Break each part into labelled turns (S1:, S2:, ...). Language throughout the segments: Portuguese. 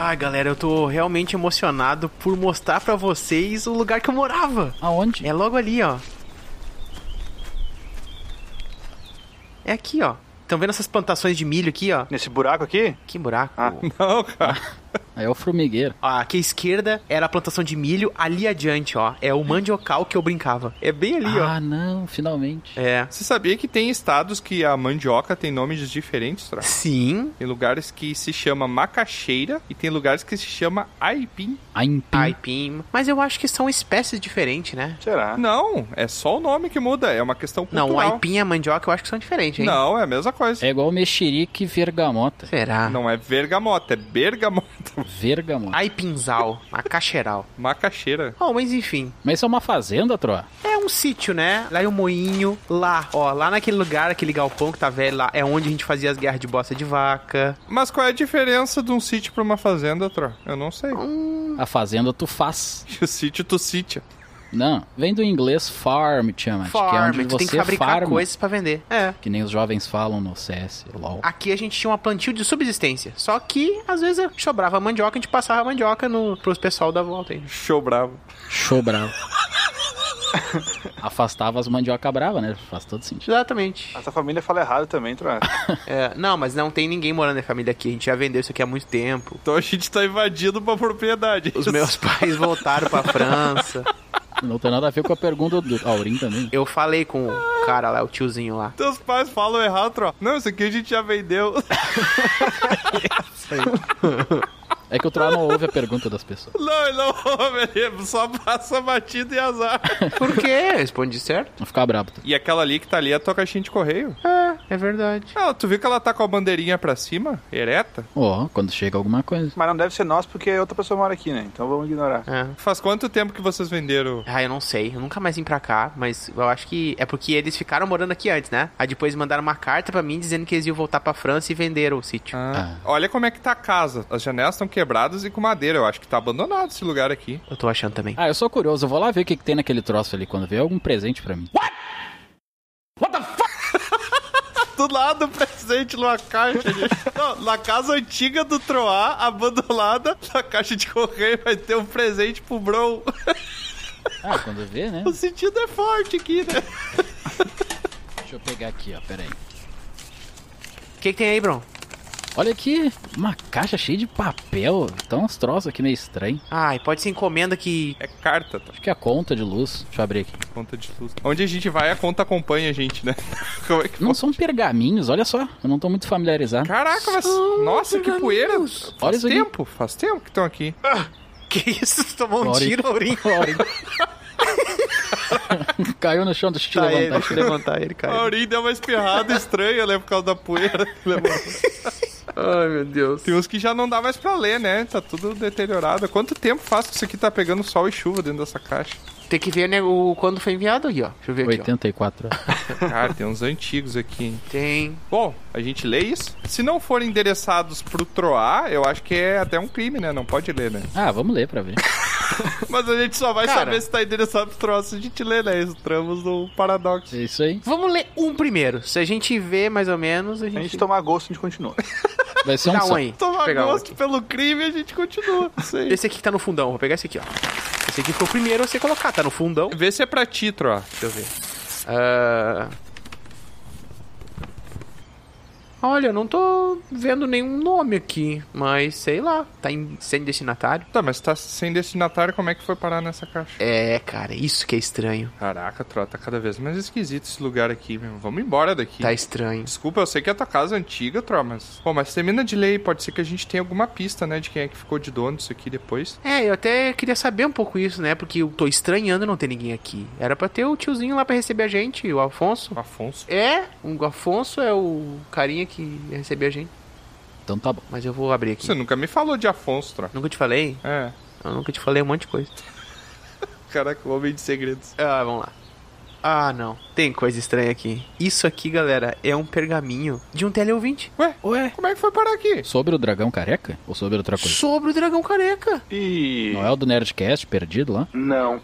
S1: Ai, Ah, galera, eu tô realmente emocionado por mostrar pra vocês o lugar que eu morava.
S2: Aonde?
S1: É logo ali, ó. É aqui, ó. Estão vendo essas plantações de milho aqui, ó?
S3: Nesse buraco aqui?
S1: Que buraco.
S3: Ah.
S4: Não, cara.
S2: Aí é o formigueiro.
S1: Ó, aqui à esquerda era a plantação de milho, ali adiante, ó. É o mandiocal que eu brincava. É bem ali, ó.
S2: Ah, não, finalmente.
S1: É.
S4: Você sabia que tem estados que a mandioca tem nomes diferentes, Tra?
S1: Sim.
S4: Tem lugares que se chama macaxeira e tem lugares que se chama aipim.
S2: Aipim.
S1: Aipim. Mas eu acho que são espécies diferentes, né?
S3: Será?
S4: Não, é só o nome que muda, é uma questão cultural.
S1: Não, o aipim e a mandioca eu acho que são diferentes, hein?
S4: Não, é a mesma coisa.
S2: É igual mexerica e vergamota.
S1: Será?
S4: Não é vergamota, é bergamota.
S2: Vergamota.
S1: Aipinzal, macaxeral.
S4: Macaxeira.
S1: Bom, mas enfim,
S2: Mas isso é uma fazenda, Troa?
S1: é um sítio, né? Lá é um moinho, lá, ó, lá naquele lugar, aquele galpão que tá velho lá, é onde a gente fazia as guerras de bosta de vaca.
S4: Mas qual é a diferença de um sítio pra uma fazenda, Tro? Eu não sei.
S1: Hum.
S2: A fazenda tu faz.
S4: O sítio tu sítio.
S2: Não, vem do inglês farm, chama. Que é
S1: Farm,
S2: onde
S1: tu tem que
S2: você
S1: fabricar
S2: farma.
S1: coisas pra vender. É.
S2: Que nem os jovens falam no CS, LOL.
S1: Aqui a gente tinha uma plantio de subsistência. Só que, às vezes, sobrava mandioca, a gente passava a mandioca no, pros pessoal da volta aí.
S4: Show bravo.
S2: Show bravo. Afastava as mandioca brava, né? Faz todo sentido.
S1: Exatamente.
S3: Essa família fala errado também, Troa.
S1: É, não, mas não tem ninguém morando na família aqui. A gente já vendeu isso aqui há muito tempo.
S4: Então a gente tá invadindo uma propriedade.
S1: Os meus pais voltaram pra França.
S2: Não tem nada a ver com a pergunta do Aurim também.
S1: Eu falei com o cara lá, o tiozinho lá.
S4: Teus pais falam errado, Tro. Não, isso aqui a gente já vendeu.
S2: É que o Troa não ouve a pergunta das pessoas.
S4: Não, ele não ouve, ele só passa batida e azar.
S1: Por quê? Eu Respondi certo?
S2: Não ficar brabo. tu.
S4: E aquela ali que tá ali é a tua caixinha de correio.
S1: É, é verdade.
S4: Ah, tu viu que ela tá com a bandeirinha pra cima, ereta?
S2: Ó, quando chega alguma coisa.
S3: Mas não deve ser nós porque outra pessoa mora aqui, né? Então vamos ignorar.
S1: É.
S4: Faz quanto tempo que vocês venderam?
S1: Ah, eu não sei. Eu nunca mais vim pra cá, mas eu acho que é porque eles ficaram morando aqui antes, né? Aí depois mandaram uma carta pra mim dizendo que eles iam voltar pra França e venderam o sítio.
S4: Ah. Olha como é que tá a casa. As janelas estão quebradas e com madeira. Eu acho que tá abandonado esse lugar aqui.
S1: Eu tô achando também.
S2: Ah, eu sou curioso, eu vou lá ver o que, que tem naquele troço ali quando vê algum presente pra mim.
S4: Do lado, presente numa caixa. gente. Não, na casa antiga do Troá, abandonada, na caixa de correio vai ter um presente pro Bro.
S2: Ah, quando vê, né?
S4: O sentido é forte aqui, né?
S2: Deixa eu pegar aqui, ó, peraí.
S1: O que, que tem aí, Bron?
S2: Olha aqui, uma caixa cheia de papel. Tá uns troços aqui meio estranho.
S1: Ai, pode ser encomenda que.
S4: É carta, tá?
S2: Acho que é a conta de luz. Deixa eu abrir aqui.
S4: Conta de luz. Onde a gente vai, a conta acompanha a gente, né? Como é que
S2: Não são pergaminhos, olha só. Eu não tô muito familiarizado.
S4: Caraca, mas. Nossa, que poeira! Faz
S2: Olha isso aqui.
S4: tempo, faz tempo que estão aqui.
S1: Que isso? Você Tomou um
S2: Aurim.
S1: tiro, Aurim?
S2: Caiu no chão do estilo
S1: Tá, ele,
S2: levantar.
S1: deixa eu levantar ele,
S4: A
S1: cara.
S4: Aurim deu uma espirrada estranha, né? Por causa da poeira.
S1: Ai, meu Deus.
S4: Tem uns que já não dá mais pra ler, né? Tá tudo deteriorado. Quanto tempo faz que isso aqui tá pegando sol e chuva dentro dessa caixa?
S1: Tem que ver né, o, quando foi enviado aqui, ó. Deixa eu ver aqui.
S2: 84.
S4: Cara, tem uns antigos aqui, hein?
S1: Ó. Tem.
S4: Bom, a gente lê isso. Se não forem endereçados pro Troar, eu acho que é até um crime, né? Não pode ler, né?
S2: Ah, vamos ler pra ver.
S4: Mas a gente só vai
S1: Cara.
S4: saber se tá endereçado pro Troar se a gente ler, né? Entramos no paradoxo.
S2: É isso aí.
S1: Vamos ler um primeiro. Se a gente vê mais ou menos, a
S3: A
S1: gente.
S3: gente tomar gosto, a gente continua.
S2: Vai ser um
S1: Dá um
S2: só.
S1: aí. Deixa eu
S4: Tomar
S1: pegar um
S4: gosto
S1: aqui.
S4: pelo crime, a gente continua. Isso aí.
S1: Esse aqui que tá no fundão, vou pegar esse aqui, ó. Esse aqui foi o primeiro a você colocar, tá no fundão.
S4: Vê se é pra ti, Troar.
S1: Deixa eu ver. Ah. Olha, eu não tô vendo nenhum nome aqui, mas sei lá, tá em, sem destinatário.
S4: Tá, mas tá sem destinatário, como é que foi parar nessa caixa?
S1: É, cara, isso que é estranho.
S4: Caraca, Troa, tá cada vez mais esquisito esse lugar aqui, meu. Vamos embora daqui.
S1: Tá estranho.
S4: Desculpa, eu sei que é tua casa antiga, Troa, mas... Pô, mas termina de ler aí, pode ser que a gente tenha alguma pista, né, de quem é que ficou de dono disso aqui depois.
S1: É, eu até queria saber um pouco isso, né? Porque eu tô estranhando não ter ninguém aqui. Era pra ter o tiozinho lá pra receber a gente, o Afonso.
S4: O Afonso.
S1: É, o Afonso é o carinha que ia receber a gente.
S2: Então tá bom.
S1: Mas eu vou abrir aqui.
S4: Você nunca me falou de Afonso, Troa.
S1: Nunca te falei?
S4: É.
S1: Eu nunca te falei um monte de coisa.
S4: Caraca, o homem de segredos.
S1: Ah, vamos lá. Ah, não. Tem coisa estranha aqui. Isso aqui, galera, é um pergaminho de um teleouvinte.
S4: Ué,
S1: Ué?
S4: como é que foi parar aqui?
S2: Sobre o dragão careca? Ou sobre outra coisa?
S1: Sobre o dragão careca.
S3: E.
S2: Não é o do Nerdcast perdido lá?
S3: Não.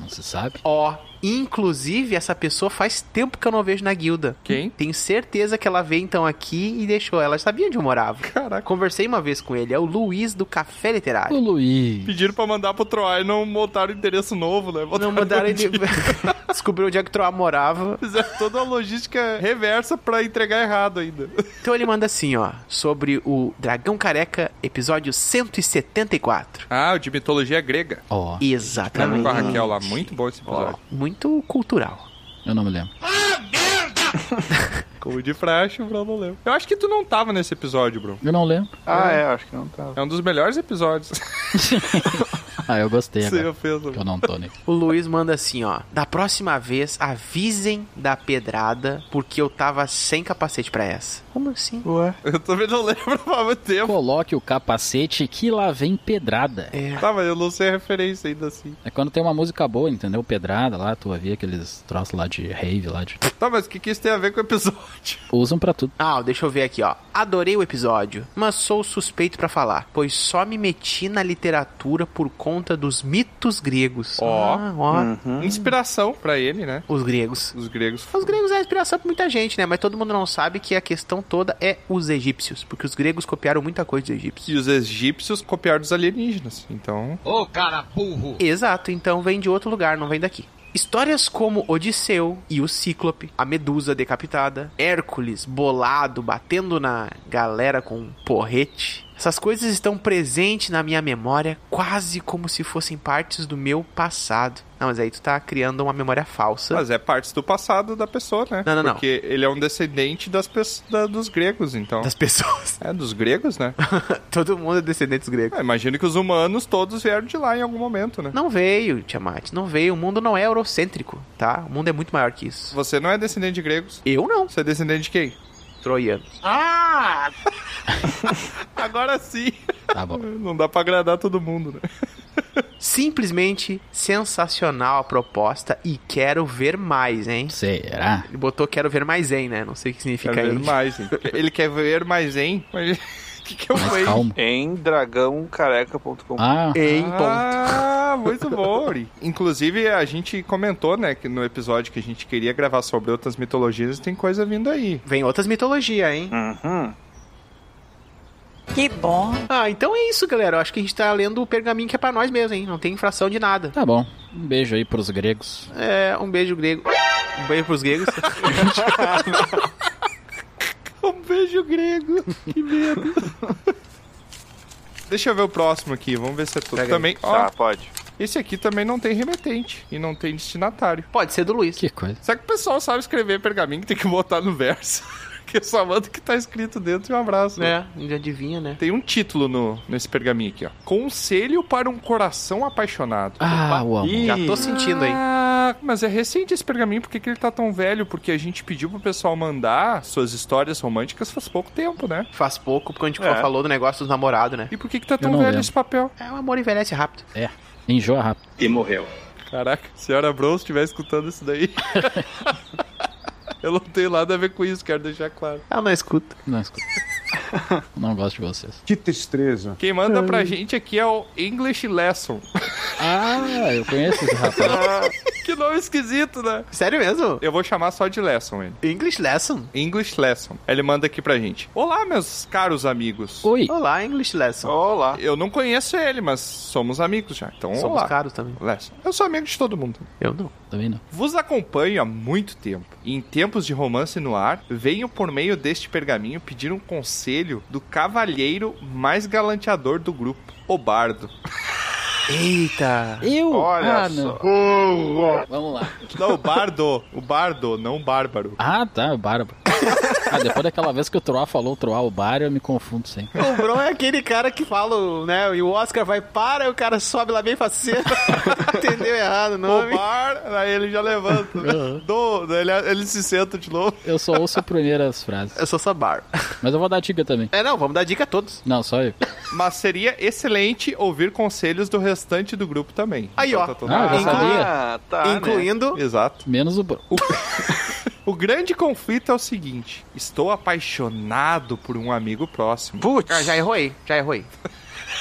S2: Não se sabe.
S1: Ó, Inclusive, essa pessoa faz tempo que eu não vejo na guilda.
S4: Quem?
S1: Tenho certeza que ela veio então aqui e deixou. Ela sabia onde eu morava.
S4: Caraca.
S1: Conversei uma vez com ele, é o Luiz do Café
S2: O
S1: Literário.
S2: Luiz.
S4: Pediram pra mandar pro Troar e não montaram endereço novo, né?
S1: Não
S4: Botaram
S1: mandaram
S4: no
S1: ele. Descobriu onde é que o Troá morava.
S4: Fizeram toda a logística reversa pra entregar errado ainda.
S1: Então ele manda assim, ó, sobre o Dragão Careca, episódio 174.
S4: Ah, o de mitologia grega. Tá
S2: Ó,
S1: Exatamente.
S4: Com a Raquel lá. Muito bom esse episódio.
S1: Muito cultural.
S2: eu não me lembro.
S4: Como de praxe, o Bruno não lembra. Eu acho que tu não tava nesse episódio, Bruno.
S2: Eu não lembro.
S3: Ah, é, acho que não tá.
S4: É um dos melhores episódios que
S2: Ah, eu
S1: é
S2: gostei
S4: você
S2: agora.
S4: já fez.
S2: Que eu
S4: Bruno.
S2: não tô, né?
S1: O Luiz manda assim, ó. Da próxima vez, avisem da pedrada, porque eu tava sem capacete pra essa. Como assim?
S3: Ué.
S4: Eu também não lembro há muito tempo.
S2: Coloque o capacete que lá vem pedrada.
S1: É.
S4: Tá, mas eu não sei a referência ainda assim.
S2: É quando tem uma música boa, entendeu? Pedrada lá, tu havia aqueles troços lá de rave lá de.
S4: Tá, mas o que, que isso tem a ver com o episódio?
S2: Usam pra tudo.
S1: Ah, deixa eu ver aqui, ó. Adorei o episódio, mas sou suspeito pra falar, pois só me meti na literatura por conta dos mitos gregos.
S4: Ó.
S1: Ah, ó.
S3: Uhum.
S4: Inspiração pra ele, né?
S1: Os gregos.
S4: Os gregos.
S1: Os gregos é a inspiração pra muita gente, né? Mas todo mundo não sabe que a questão toda é os egípcios, porque os gregos copiaram muita coisa dos egípcios.
S4: E os egípcios copiaram dos alienígenas. Então.
S1: Exato, então vem de outro lugar, não vem daqui. Histórias como Odisseu e o Cíclope, a Medusa decapitada, Hércules bolado batendo na galera com um porrete. Essas coisas estão presentes na minha memória, quase como se fossem partes do meu passado. Não, mas aí tu tá criando uma memória falsa.
S4: Mas é partes do passado da pessoa, né?
S1: Não, não, não.
S4: Porque ele é um descendente das pes- da- dos gregos, então.
S1: Das pessoas.
S4: É, dos gregos, né?
S1: Todo mundo é descendente dos gregos.
S4: Ah, imagino que os humanos todos vieram de lá em algum momento, né?
S1: Não veio, Tiamat, não veio. O mundo não é eurocêntrico, tá? O mundo é muito maior que isso.
S4: Você não é descendente de gregos.
S1: Eu não,
S4: Você é descendente de quem?
S1: troiano.
S4: Agora sim.
S2: Tá bom.
S4: Não dá pra agradar todo mundo, né?
S1: Simplesmente sensacional a proposta e quero ver mais, hein?
S2: Será?
S1: Ele botou quero ver mais, hein, né? Não sei o que significa
S4: quer ver
S1: isso.
S4: mais, hein? Ele quer ver mais, hein? Mas o que, que eu
S2: Mas
S4: falei?
S2: calma.
S3: Em dragãocareca.com.
S2: Ah,
S1: Em ponto.
S4: Ah, muito bom, Ori. Inclusive, a gente comentou, né, que no episódio que a gente queria gravar sobre outras mitologias, tem coisa vindo aí.
S1: Vem outras mitologias, hein?
S3: Uhum.
S5: Que bom.
S1: Ah, então é isso, galera. Eu acho que a gente tá lendo o pergaminho que é pra nós mesmo, hein? Não tem infração de nada.
S2: tá bom. Um beijo aí pros gregos.
S1: É, um beijo grego. Um beijo pros gregos.
S4: Um beijo grego. Que medo. Deixa eu ver o próximo aqui, vamos ver se é tudo
S1: Pega aí.
S4: também. Ó,
S3: Tá, pode.
S4: esse aqui também não tem remetente e não tem destinatário.
S1: Pode ser do Luiz.
S2: Que coisa.
S4: Será que o pessoal sabe escrever pergaminho que tem que botar no verso? que só manda o que tá escrito dentro e um abraço. né?
S1: É, já adivinha, né?
S4: Tem um título no, nesse pergaminho aqui, ó. Conselho para um coração apaixonado.
S2: Ah, o amor.
S3: Ih,
S1: Já tô sentindo, hein?
S4: Ah, mas é recente esse pergaminho, por que, que ele tá tão velho? Porque a gente pediu pro pessoal mandar suas histórias românticas faz pouco tempo, né?
S1: Faz pouco, porque a gente
S3: É.
S1: falou do negócio dos namorados, né?
S4: E por que, que tá tão
S2: não
S4: velho
S2: lembro.
S4: esse papel?
S1: É, o amor envelhece rápido.
S2: É. Enjoa rápido.
S4: Caraca, se a senhora Bros estiver escutando isso daí. Eu não tenho nada a ver com isso, quero deixar claro.
S1: Ela não escuta.
S2: Não, escuta. não gosto de vocês.
S6: Que tristeza.
S4: Quem manda pra gente aqui é o English Lesson.
S2: Ah, eu conheço esse rapaz.
S4: que nome esquisito, né?
S1: Sério mesmo?
S4: Eu vou chamar só de Lesson ele.
S1: English lesson?
S4: English Lesson. Ele manda aqui pra gente. Olá, meus caros amigos.
S2: Oi.
S1: Olá, English lesson.
S3: Olá.
S4: Eu não conheço ele, mas somos amigos já. Então,
S1: Somos
S4: olá.
S1: caros também.
S4: Lesson. Eu sou amigo de todo mundo.
S1: Eu não.
S2: Também não.
S4: Vos acompanho há muito tempo. E em tempos de romance no ar, venho por meio deste pergaminho pedir um conselho do cavalheiro mais galanteador do grupo, o Bardo.
S1: Eita!
S2: Eu?
S3: Olha
S2: ah,
S3: só.
S2: não. Vamos lá.
S4: Não, o Bardo. O Bardo, não o Bárbaro.
S2: Ah, tá, o Bárbaro. Ah, depois daquela vez que o Troá falou Troá o Bar, eu me confundo sempre.
S1: O Bron é aquele cara que fala, né? E o Oscar vai para e o cara sobe lá bem faceiro. Entendeu errado o
S4: O
S1: nome.
S4: Bar, aí ele já levanta. né? Do, ele, ele se senta de novo.
S2: Eu só ouço as primeiras frases.
S1: Eu sou Sabar.
S2: Mas eu vou dar dica também.
S1: É, não, vamos dar dica a todos.
S2: Não, só eu.
S4: Mas seria excelente ouvir conselhos do restante do grupo também.
S1: Aí,
S4: Então
S1: ó.
S4: tá todo
S2: Ah,
S4: mundo-
S2: eu sabia.
S3: Ah, tá. né?
S1: Incluindo.
S4: Exato.
S2: Menos o Bro.
S4: O grande conflito é o seguinte: estou apaixonado por um amigo próximo.
S3: Putz.
S1: Ah, já errei, já errei.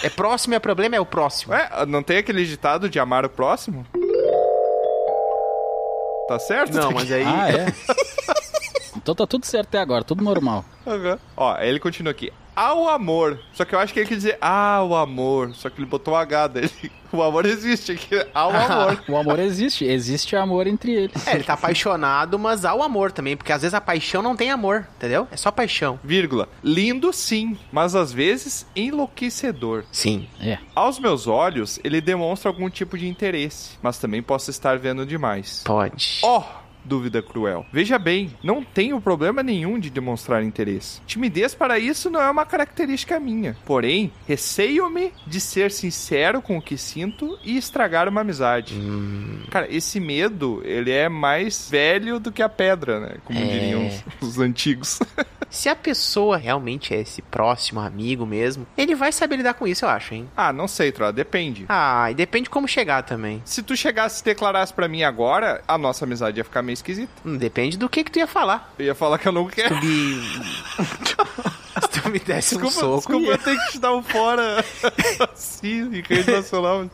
S1: É próximo, é problema, é o próximo.
S4: Ué, não tem aquele ditado de amar o próximo? tá certo?
S1: Não, mas aí.
S2: Ah, é? Então tá tudo certo até agora, tudo normal.
S4: Aham. Ó, aí ele continua aqui. Ao amor. Só que eu acho que ele quer dizer ao amor. Só que ele botou um H dele. O amor existe aqui. Ao amor.
S2: o amor existe, existe amor entre eles.
S1: É, ele tá apaixonado, mas há o amor também, porque às vezes a paixão não tem amor, entendeu? É só paixão.
S4: Vírgula. Lindo sim, mas às vezes enlouquecedor.
S1: Sim.
S2: É.
S4: Aos meus olhos, ele demonstra algum tipo de interesse, mas também posso estar vendo demais.
S1: Pode.
S4: Ó, dúvida cruel. Veja bem, não tenho problema nenhum de demonstrar interesse. Timidez para isso não é uma característica minha. Porém, receio-me de ser sincero com o que sinto e estragar uma amizade. Cara, esse medo, ele é mais velho do que a pedra, né? Como
S1: É.
S4: diriam os, os antigos.
S1: Se a pessoa realmente é esse próximo amigo mesmo, ele vai saber lidar com isso, eu acho, hein?
S4: ah, não sei, Troa, depende.
S1: Ah, e depende como chegar também.
S4: Se tu chegasse e declarasse pra mim agora, a nossa amizade ia ficar meio esquisita.
S1: Hum, Depende do que que tu ia falar.
S4: Eu ia falar que eu não quero.
S1: Tu me... Se tu me desse
S4: Desculpa,
S1: um soco...
S4: desculpa
S1: ia-
S4: eu tenho que te dar um fora assim, em rede nacional.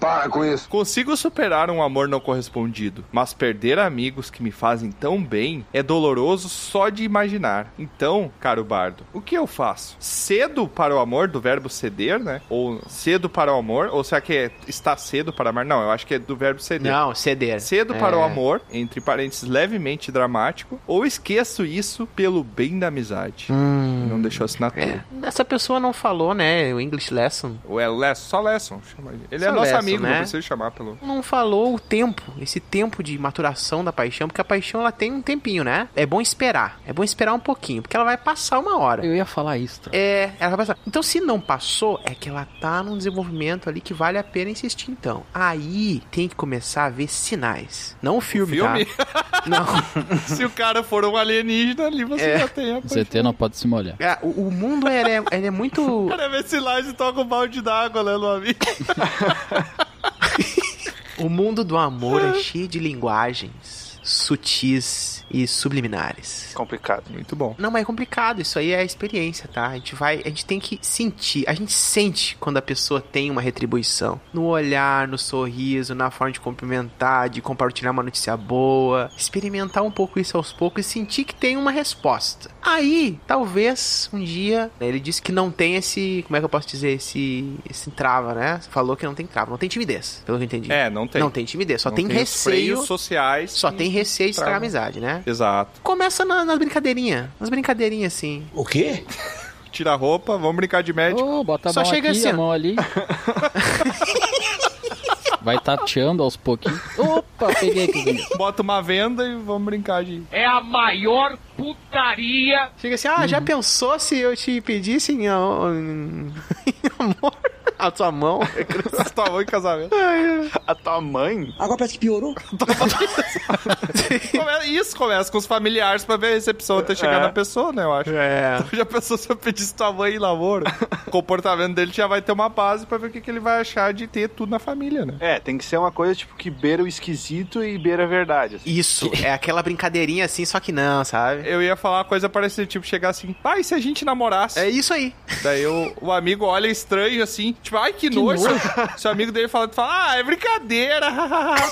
S6: Para com isso.
S4: Consigo superar um amor não correspondido, mas perder amigos que me fazem tão bem é doloroso só de imaginar. Então, caro bardo, o que eu faço? Cedo para o amor, do verbo ceder, né? Ou cedo para o amor, ou será que é está cedo para amar? Não, eu acho que é do verbo ceder.
S1: Não, ceder.
S4: Cedo
S1: É.
S4: para o amor, entre parênteses, levemente dramático, ou esqueço isso pelo bem da amizade. Não deixou assinatura.
S1: Hum. É. Essa pessoa não falou, né, o English lesson.
S4: Ou é Lesson? Só Lesson. Chama ele ele é
S1: Só
S4: nosso
S1: Lesson,
S4: amigo,
S1: né?
S4: não precisa chamar pelo.
S1: Não falou o tempo, esse tempo de maturação da paixão, porque a paixão ela tem um tempinho, né? É bom esperar. É bom esperar um pouquinho, porque ela vai passar uma hora.
S2: Eu ia falar isso, troca.
S1: É, ela vai passar. Então, se não passou, é que ela tá num desenvolvimento ali que vale a pena insistir, então. Aí tem que começar a ver sinais. Não o filme,
S4: filme?
S1: tá? Não.
S4: Se o cara for um alienígena ali, você já tem a
S2: O
S4: paixão.
S2: ZT não pode se molhar.
S1: É, o, o mundo ele é, ele é
S4: O
S1: muito.
S4: cara vê se lá e toca um balde d'água, né, no amigo?
S1: O mundo do amor é cheio de linguagens sutis e subliminares.
S3: Complicado.
S4: Muito bom.
S1: Não, mas é complicado, isso aí é a experiência, tá? A gente vai, a gente tem que sentir, a gente sente quando a pessoa tem uma retribuição. No olhar, no sorriso, na forma de cumprimentar, de compartilhar uma notícia boa, experimentar um pouco isso aos poucos e sentir que tem uma resposta. Aí, talvez um dia, né, ele disse que não tem esse, como é que eu posso dizer, esse esse trava, né? Falou que não tem trava, não tem timidez, pelo que eu entendi.
S4: É, não tem.
S1: Não tem timidez, só
S4: Não
S1: tem,
S4: os
S1: receio,
S4: freios um- sociais.
S1: só tem receio de estragar a
S4: trava.
S1: amizade, né?
S4: Exato.
S1: Começa na- nas brincadeirinhas. Nas brincadeirinhas, assim.
S6: O quê?
S4: Tira a roupa, vamos brincar de médico.
S2: Ô, bota a
S1: É, tipo, Só
S2: mão
S1: chega
S2: aqui,
S1: assim,
S2: a
S1: ó.
S2: mão ali. Vai tateando aos pouquinhos. Opa, peguei aqui.
S1: Oh.
S4: Bota uma venda e vamos brincar de.
S1: Chega assim, ah, já
S4: Uhum.
S1: pensou se eu te pedisse em, em- em amor? A tua mão.
S4: Tua mão em casamento.
S3: A tua mãe?
S6: Agora parece que piorou.
S4: Come- Isso começa com os familiares pra ver a recepção até chegar
S3: É.
S4: na pessoa, né, eu acho.
S1: É.
S4: Já pensou se eu pedisse tua mãe em namoro? o comportamento dele já vai ter uma base pra ver o que, que ele vai achar de ter tudo na família, né?
S3: É, tem que ser uma coisa tipo que beira o esquisito e beira a verdade. assim.
S1: Isso, é aquela brincadeirinha assim, só que não, sabe?
S4: Eu ia falar uma coisa parecida, tipo, chegar assim, pai, se a gente namorasse?
S1: É isso aí.
S4: Daí o, o amigo olha estranho assim, tipo, ai que, nojo. Se o amigo dele fala, tu fala, ah, é brincadeira.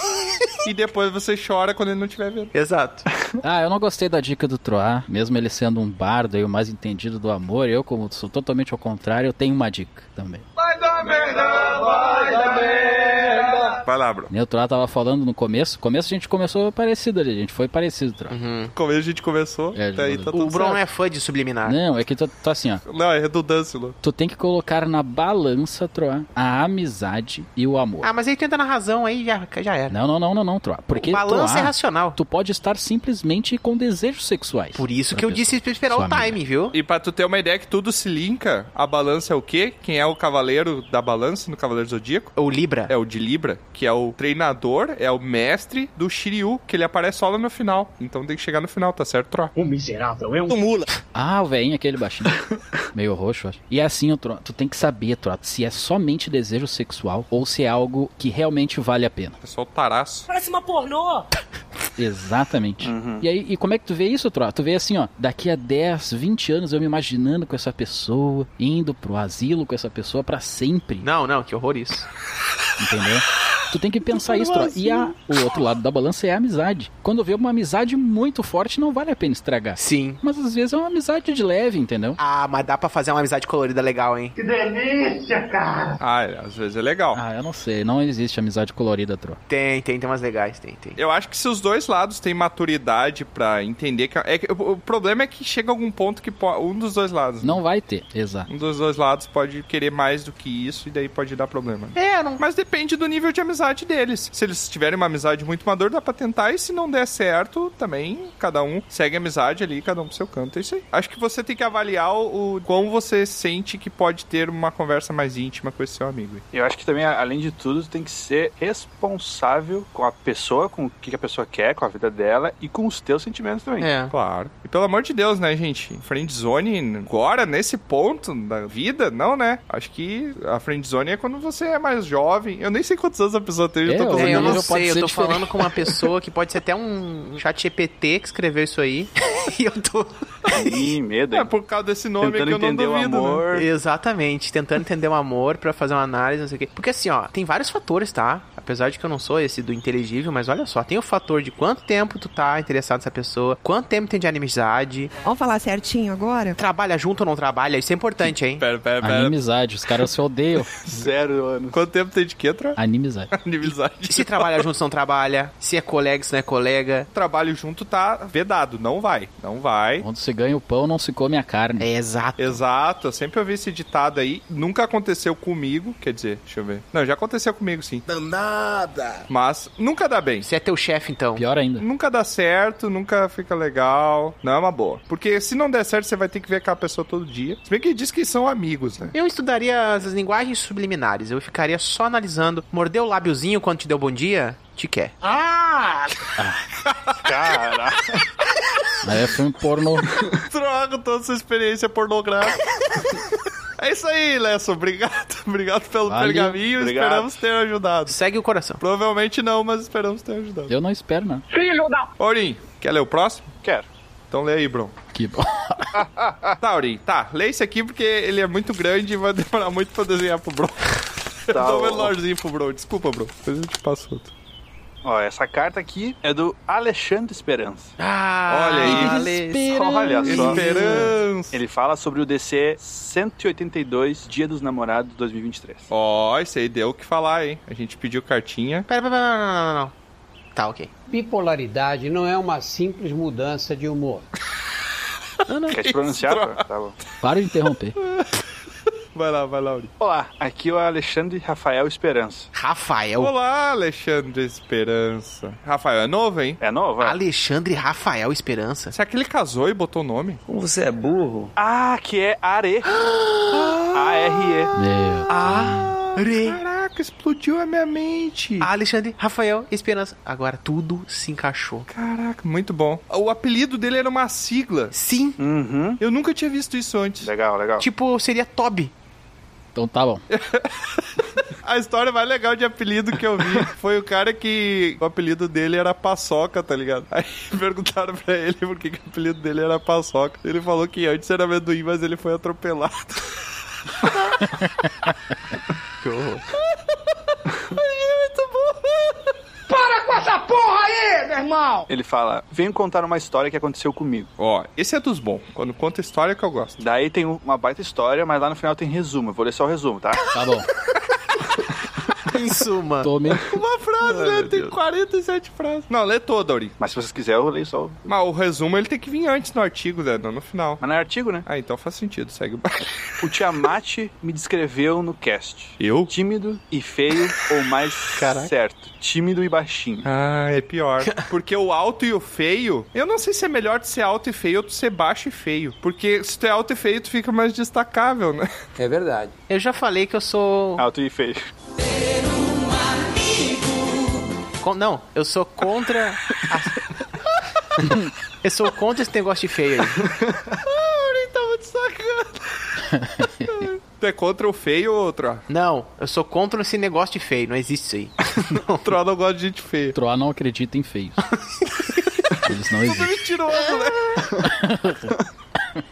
S4: e depois você chora quando ele não tiver vendo.
S1: Exato.
S2: Ah, eu não gostei da dica do Troá. Mesmo ele sendo um bardo e o mais entendido do amor, eu, como sou totalmente ao contrário, eu tenho uma dica também.
S4: Vai lá, bro.
S2: Que nem O Troá tava falando no começo. No começo a gente começou parecido ali, a gente foi parecido, Troá.
S4: Começo a gente começou,
S2: É,
S4: daí tá
S1: Uhum. O
S4: tudo
S1: Bron
S4: certo.
S1: é fã de subliminar.
S2: Não, é que tu, tu assim, ó.
S4: Não, é redundância, Lu.
S2: Tu tem que colocar na balança, Troá, a amizade e o amor.
S1: Ah, mas ele tenta na razão aí, já, já era.
S2: Não, não, não, não, não, Troá. Porque
S1: o balanço
S2: Troá,
S1: é racional.
S2: tu pode estar simplesmente com desejos sexuais.
S1: Por isso
S2: Pra
S1: que eu
S2: pessoa.
S1: disse pra esperar
S2: Sua
S1: o time, viu?
S4: E pra tu ter uma ideia que tudo se linka, a balança é o quê? Quem é o cavaleiro da balança no Cavaleiro Zodíaco?
S1: Ou Libra.
S4: É o de Libra, que é o treinador, é o mestre do Shiryu, que ele aparece só lá no final. Então tem que chegar no final, tá certo, Tro?
S2: Ah, o velhinho, aquele baixinho. Meio roxo, acho. E assim, ô, Tro, tu tem que saber, Tro, se é somente desejo sexual ou se é algo que realmente vale a pena.
S4: É só o taraço.
S2: Exatamente. E aí, e como é que tu vê isso, Tro? Tu vê assim, ó, daqui a 10, 20 anos eu me imaginando com essa pessoa, indo pro asilo com essa pessoa pra sempre,
S1: Não, não, que horror isso.
S2: entendeu? Tu tem que pensar isso, Troa. E a- o outro lado da balança é a amizade. Quando vê uma amizade muito forte, não vale a pena estragar.
S1: Sim.
S2: Mas às vezes é uma amizade de leve, entendeu?
S1: Ah, mas dá pra fazer uma amizade colorida legal, hein?
S4: Ah, às vezes é legal.
S2: Ah, eu não sei. Não existe amizade colorida, Troa.
S1: Tem, tem, tem umas legais, tem, tem.
S4: Eu acho que se os dois lados têm maturidade pra entender que. É, que- o o problema é que chega algum ponto que po- um dos dois lados.
S2: Não vai ter. Exato.
S4: Um dos dois lados pode querer mais do que isso e daí pode dar problema.
S1: É, não.
S4: Mas depende do nível de amizade deles. Se eles tiverem uma amizade muito madura, dá pra tentar. E se não der certo, também cada um segue a amizade ali, cada um pro seu canto. É isso aí. Acho que você tem que avaliar o, o como você sente que pode ter uma conversa mais íntima com esse seu amigo.
S3: Eu acho que também, a- além de tudo, tu tem que ser responsável com a pessoa, com o que a pessoa quer, com a vida dela e com os teus sentimentos também.
S1: É.
S4: Claro. E pelo amor de Deus, né, gente? Friendzone agora, nesse ponto da vida, não, né? Acho que a friendzone é quando você é mais jovem. Eu nem sei quantos anos a pessoa tem, eu
S2: É,
S4: tô
S2: Mas
S1: É,
S4: fazendo
S1: eu não
S2: nível pode
S1: sei, eu
S2: ser
S1: tô
S2: diferente.
S1: falando com uma pessoa que pode ser até um chat GPT que escreveu isso aí. e eu tô.
S3: Ih, medo,
S4: É
S3: hein?
S4: por causa desse nome
S3: Tentando
S4: que eu não
S3: entender
S4: duvido,
S3: o
S4: né?
S3: amor.
S1: Exatamente, tentando entender o amor pra fazer uma análise, não sei o quê. Porque assim, ó, tem vários fatores, tá? Apesar de que eu não sou esse do inteligível, mas olha só, tem o fator de quanto tempo tu tá interessado nessa pessoa, quanto tempo tem de amizade,
S7: Vamos falar certinho agora?
S1: trabalha junto ou não trabalha, isso é importante, hein?
S4: Pera, pera, pera.
S2: Animizade. Os caras se odeiam.
S3: Zero anos.
S4: Quanto tempo tem de que entrar?
S2: Animizade.
S4: Inimizade.
S1: Se trabalha junto, se não trabalha, se é colega, se não é colega.
S4: Trabalho junto tá vedado, não vai, não vai.
S2: Quando se ganha o pão, não se come a carne.
S1: É exato.
S4: Exato, eu sempre ouvi esse ditado aí. Nunca aconteceu comigo, quer dizer, deixa eu ver. Não, já aconteceu comigo sim.
S6: Danada.
S4: Mas nunca dá bem.
S1: Se é teu chefe, então.
S2: Pior ainda.
S4: Nunca dá certo, nunca fica legal. Não é uma boa. Porque se não der certo, você vai ter que ver aquela pessoa todo dia. Se bem que diz que são amigos, né?
S1: Eu estudaria as linguagens subliminares. Eu ficaria só analisando. Mordeu o lábiozinho quando te deu bom dia? Te quer.
S3: Caraca.
S2: Aí é filme pornô.
S4: Troca toda essa experiência pornográfica. é isso aí, Lesso. Obrigado. Obrigado pelo
S2: Valeu.
S4: pergaminho.
S3: Obrigado.
S4: Esperamos ter ajudado.
S1: Segue o coração.
S4: Provavelmente não, mas esperamos ter ajudado.
S2: Eu não espero, não.
S4: Aurim, quer ler o próximo?
S3: Quero.
S4: Então lê aí, Bron.
S2: Que bom.
S4: Tá, Aurim, tá. Lê esse aqui porque ele é muito grande e vai demorar muito pra desenhar pro Bron. Eu
S3: Tá,
S4: dou um
S3: ó.
S4: menorzinho pro Bron. Desculpa, Bron. Depois eu te passo outro.
S3: Ó, essa carta aqui é do Alexandre Esperança.
S1: Ah,
S4: Olha aí.
S1: Ale-
S3: Olha
S4: um
S3: só.
S4: Esperança.
S3: Ele fala sobre o DC 182, Dia dos Namorados 2023.
S4: Ó, isso aí deu o que falar, hein? A gente pediu cartinha.
S1: Pera, pera, pera, não, não, não, não. Tá, ok.
S8: Bipolaridade não é uma simples mudança de humor.
S3: Quer te pronunciar? pô? Tá bom.
S2: Para de interromper.
S4: Vai lá, vai lá, Aurim.
S3: Olá, aqui é o Alexandre Rafael Esperança.
S1: Rafael.
S4: Olá, Alexandre Esperança. Rafael é novo, hein?
S3: É nova?
S1: Alexandre Rafael Esperança.
S4: Será que ele casou e botou o nome?
S3: Ah, que é Are. A-R-E.
S2: Meu.
S4: Ah.
S1: Re.
S4: Caraca, explodiu a minha mente.
S1: Ah. Alexandre Rafael Esperança. Agora tudo se encaixou.
S4: Caraca, muito bom. O apelido dele era uma sigla.
S1: Sim.
S3: Uhum.
S4: Eu nunca tinha visto isso antes.
S3: Legal, legal.
S1: Tipo, seria Toby.
S2: Então tá bom.
S4: A história mais legal de apelido que eu vi foi o cara que o apelido dele era Paçoca, tá ligado? Aí perguntaram pra ele por que, que o apelido dele era Paçoca. Ele falou que antes era amendoim, mas ele foi atropelado. que horror.
S3: Ele fala: Venho contar uma história que aconteceu comigo.
S4: Ó, esse é dos bons. Quando conta história que eu gosto.
S3: Daí tem um, uma baita história, mas lá no final tem resumo. Eu vou ler só o resumo, tá?
S2: Tá bom.
S1: Em suma.
S2: Tô meio...
S4: Uma frase, né? Tem 47 frases. Não, lê toda, Ori.
S3: Mas se vocês quiserem, eu leio só. o-
S4: Mas o resumo ele tem que vir antes no artigo, né? Não no final.
S3: Mas não é artigo, né?
S4: Ah, então faz sentido, segue o baile.
S3: O Tiamat me descreveu no cast.
S4: Eu?
S3: Tímido e feio, ou mais certo, tímido e baixinho.
S4: Ah, é pior. Porque o alto e o feio, eu não sei se é melhor de ser alto e feio ou de ser baixo e feio. Porque se tu é alto e feio, tu fica mais destacável, né?
S8: É verdade.
S1: Eu já falei que eu sou.
S3: Alto e feio.
S1: con- Não, eu sou contra. a- eu sou contra esse negócio de feio aí.
S4: Ele Ah, tava destacando. tu é contra o feio ou Tro?
S1: Não, eu sou contra esse negócio de feio. Não existe isso aí.
S4: O Tro não gosta de gente feia.
S2: Troar não acredita em feios. Eles não
S4: Tudo
S2: existem.
S4: mentiroso, né?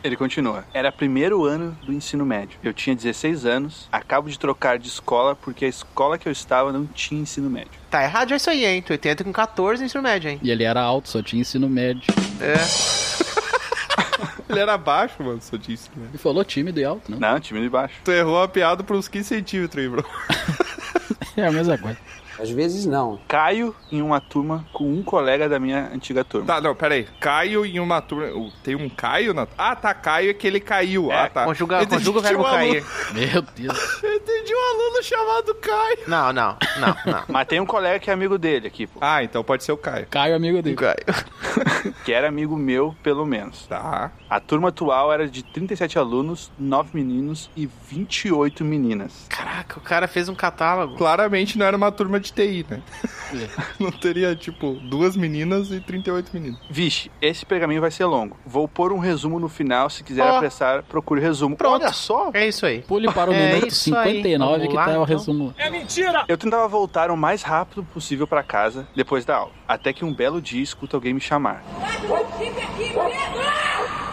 S3: Ele continua. Era primeiro ano do ensino médio. Eu tinha 16 anos, acabo de trocar de escola porque a escola que eu estava não tinha ensino médio.
S1: Tá errado já isso aí, hein? Tu entra com 14 ensino médio, hein?
S2: E ele era alto, só tinha ensino médio.
S4: Ele era baixo, mano, só disse, né?
S2: Ele falou tímido e alto, não?
S3: Não, time de baixo.
S4: Tu errou a piada por uns 15 centímetros aí, bro.
S2: É a mesma coisa.
S8: Às vezes não.
S3: Caio em uma turma com um colega da minha antiga turma.
S4: Tá, não, pera aí. Caio em uma turma... o- Tem um Caio na... Ah, tá, Caio é que ele caiu.
S3: É,
S4: ah, tá.
S1: Conjuga,
S4: Entendi
S1: conjuga o verbo
S4: um aluno-
S1: cair.
S2: Meu Deus.
S4: Eu entendi um aluno chamado Caio.
S1: Não, não, não, não.
S3: Mas tem um colega que é amigo dele aqui, pô.
S4: Ah, então pode ser o Caio.
S2: Caio, amigo dele.
S3: Que era amigo meu, pelo menos.
S4: Tá.
S3: A turma atual era de 37 alunos, 9 meninos e 28 meninas.
S1: Caraca, o cara fez um catálogo.
S4: Claramente não era uma turma de TI, né? Não teria, tipo, duas meninas e 38 meninos.
S3: Vixe, esse pergaminho vai ser longo. Vou pôr um resumo no final. Se quiser
S1: Ó.
S3: apressar, procure o resumo.
S1: Pronto.
S3: Olha só!
S1: É isso aí.
S2: Pule para o
S1: É
S2: minuto
S1: isso aí.
S2: 59
S1: Vamos
S2: que tá
S1: lá,
S2: o
S1: então.
S2: resumo.
S3: Eu tentava voltar o mais rápido possível pra casa depois da aula, até que um belo dia escuto alguém me chamar.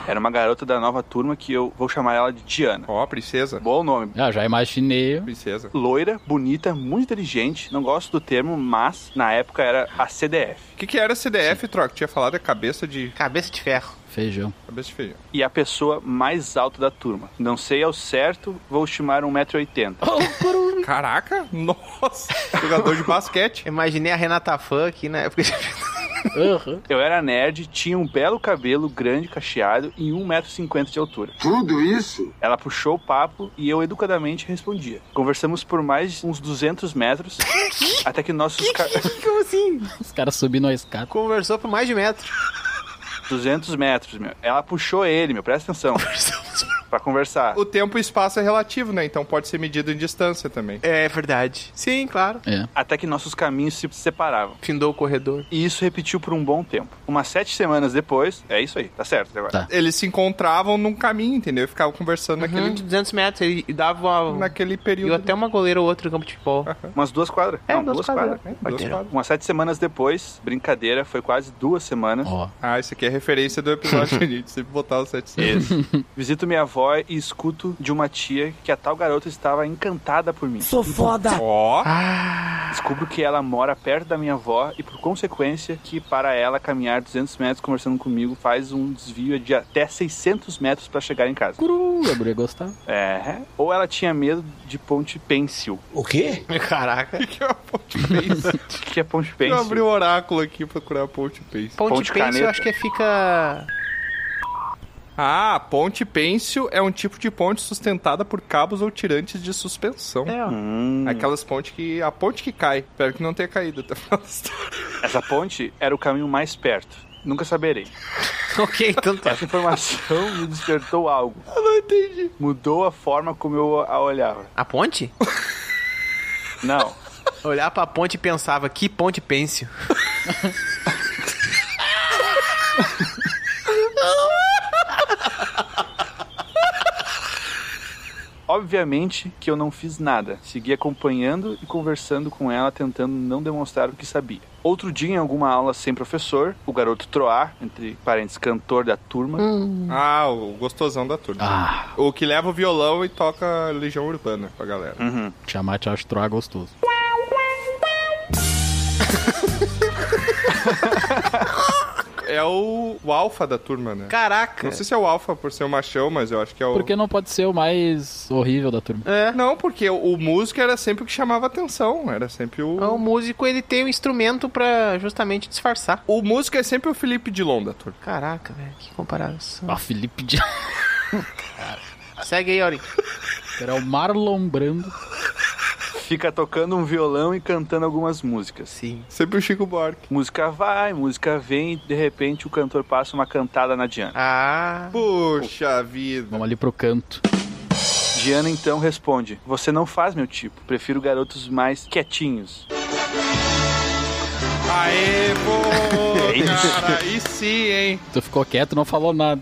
S3: Era uma garota da nova turma que eu vou chamar ela de Diana.
S4: Ó, princesa.
S3: Bom nome.
S2: Ah, já imaginei.
S4: Princesa.
S3: Loira, bonita, muito inteligente. Não gosto do termo, mas na época era a CDF.
S4: O que, que era CDF, troca? Tinha falado é cabeça de.
S1: Cabeça de ferro.
S2: Feijão.
S4: cabeça de feijão.
S3: E a pessoa mais alta da turma. Não sei ao certo, vou estimar 1,80m.
S4: Caraca! Nossa! Jogador de basquete.
S1: Imaginei a Renata Fã aqui, né? Porque
S2: Aham.
S3: Eu era nerd, tinha um belo cabelo grande cacheado e 1,50m de altura.
S6: Tudo isso?
S3: Ela puxou o papo e eu educadamente respondia. Conversamos por mais uns 200 metros, até que é nossos ca...
S1: como assim?
S2: Os caras subindo a escada.
S1: Conversou por mais de um metro.
S3: 200 metros, meu. Ela puxou ele, meu, presta atenção, pra conversar.
S4: O tempo e espaço é relativo, né? Então pode ser medido em distância também.
S1: É verdade. Sim, claro.
S2: É.
S3: Até que nossos caminhos se separavam.
S1: Findou o corredor.
S3: E isso repetiu por um bom tempo. Umas sete semanas depois, é isso aí, tá certo agora.
S2: Tá.
S4: Eles se encontravam num caminho, entendeu? E ficavam conversando
S1: Aquele
S4: naquele,
S1: de 200 metros ele- e dava uma...
S4: naquele
S1: Uhum. E
S4: período.
S1: até uma goleira ou outra no campo de futebol.
S3: Umas duas quadras.
S1: É,
S3: Não,
S1: duas
S3: duas, quadras.
S4: É, é duas quadras.
S3: Umas sete semanas depois, brincadeira, foi quase duas semanas.
S2: Ó.
S4: Ah, isso aqui é referência do episódio, gente. Sempre botar os 700.
S3: Visito minha avó e escuto de uma tia que a tal garota estava encantada por mim.
S5: Sou foda.
S4: Tá. Ó,
S1: Ah.
S3: Descubro que ela mora perto da minha avó e, por consequência, que para ela caminhar 200 metros conversando comigo faz um desvio de até 600 metros para chegar em casa.
S2: Curu, a guria gostava.
S3: É. Ou ela tinha medo de Ponte Pensil.
S8: O quê?
S1: Caraca.
S4: o que é a Ponte Pace?
S3: O que é Ponte
S4: Eu abri o
S3: Pensil?
S4: oráculo aqui pra procurar a Ponte Pace.
S1: Ponte,
S3: Ponte
S1: Pêncil,
S3: caneta.
S1: eu acho que é fica...
S4: Ah, ponte pêncil é um tipo de ponte sustentada por cabos ou tirantes de suspensão.
S1: É, ó.
S3: Hum,
S4: Aquelas pontes que. A ponte que cai. Espero que não tenha caído tá? até o final da história.
S3: essa ponte era o caminho mais perto. Nunca saberei.
S1: ok, então tá.
S3: Essa informação me despertou algo.
S4: Eu não entendi.
S3: Mudou a forma como eu a olhava.
S1: A ponte?
S3: Não.
S1: Olhar pra ponte e pensava, que ponte pêncil.
S3: Obviamente que eu não fiz nada. Segui acompanhando e conversando com ela, tentando não demonstrar o que sabia. Outro dia, em alguma aula sem professor, o garoto Troar, entre parênteses, cantor da turma,
S4: Ah, o gostosão da turma.
S2: Ah,
S4: O que leva o violão e toca Legião Urbana pra galera.
S2: Uhum. Tiamat Astroa gostoso.
S4: É o, o alfa da turma, né?
S1: Caraca.
S4: Não sei se é o alfa por ser o machão, mas eu acho que é o.
S2: Porque não pode ser o mais horrível da turma.
S1: É.
S4: Não, porque o, o músico era sempre o que chamava atenção. Era sempre o.
S1: O músico, ele tem um instrumento pra justamente disfarçar.
S4: O músico é sempre o Felipe Dilon da turma.
S1: Caraca, velho, que comparação.
S2: Ah, Felipe de...
S1: Segue aí, Aurim.
S2: Era o Marlon Brando.
S3: fica tocando um violão e cantando algumas músicas.
S1: Sim.
S4: Sempre o Chico Buarque.
S3: Música vai, música vem, e de repente o cantor passa uma cantada na Diana.
S1: Ah,
S4: Puxa vida.
S2: Vamos ali pro canto.
S3: Diana então responde: Você não faz meu tipo, prefiro garotos mais quietinhos.
S4: Aê, pô,
S3: É isso.
S4: cara, aí sim, hein?
S2: Tu ficou quieto, não falou nada.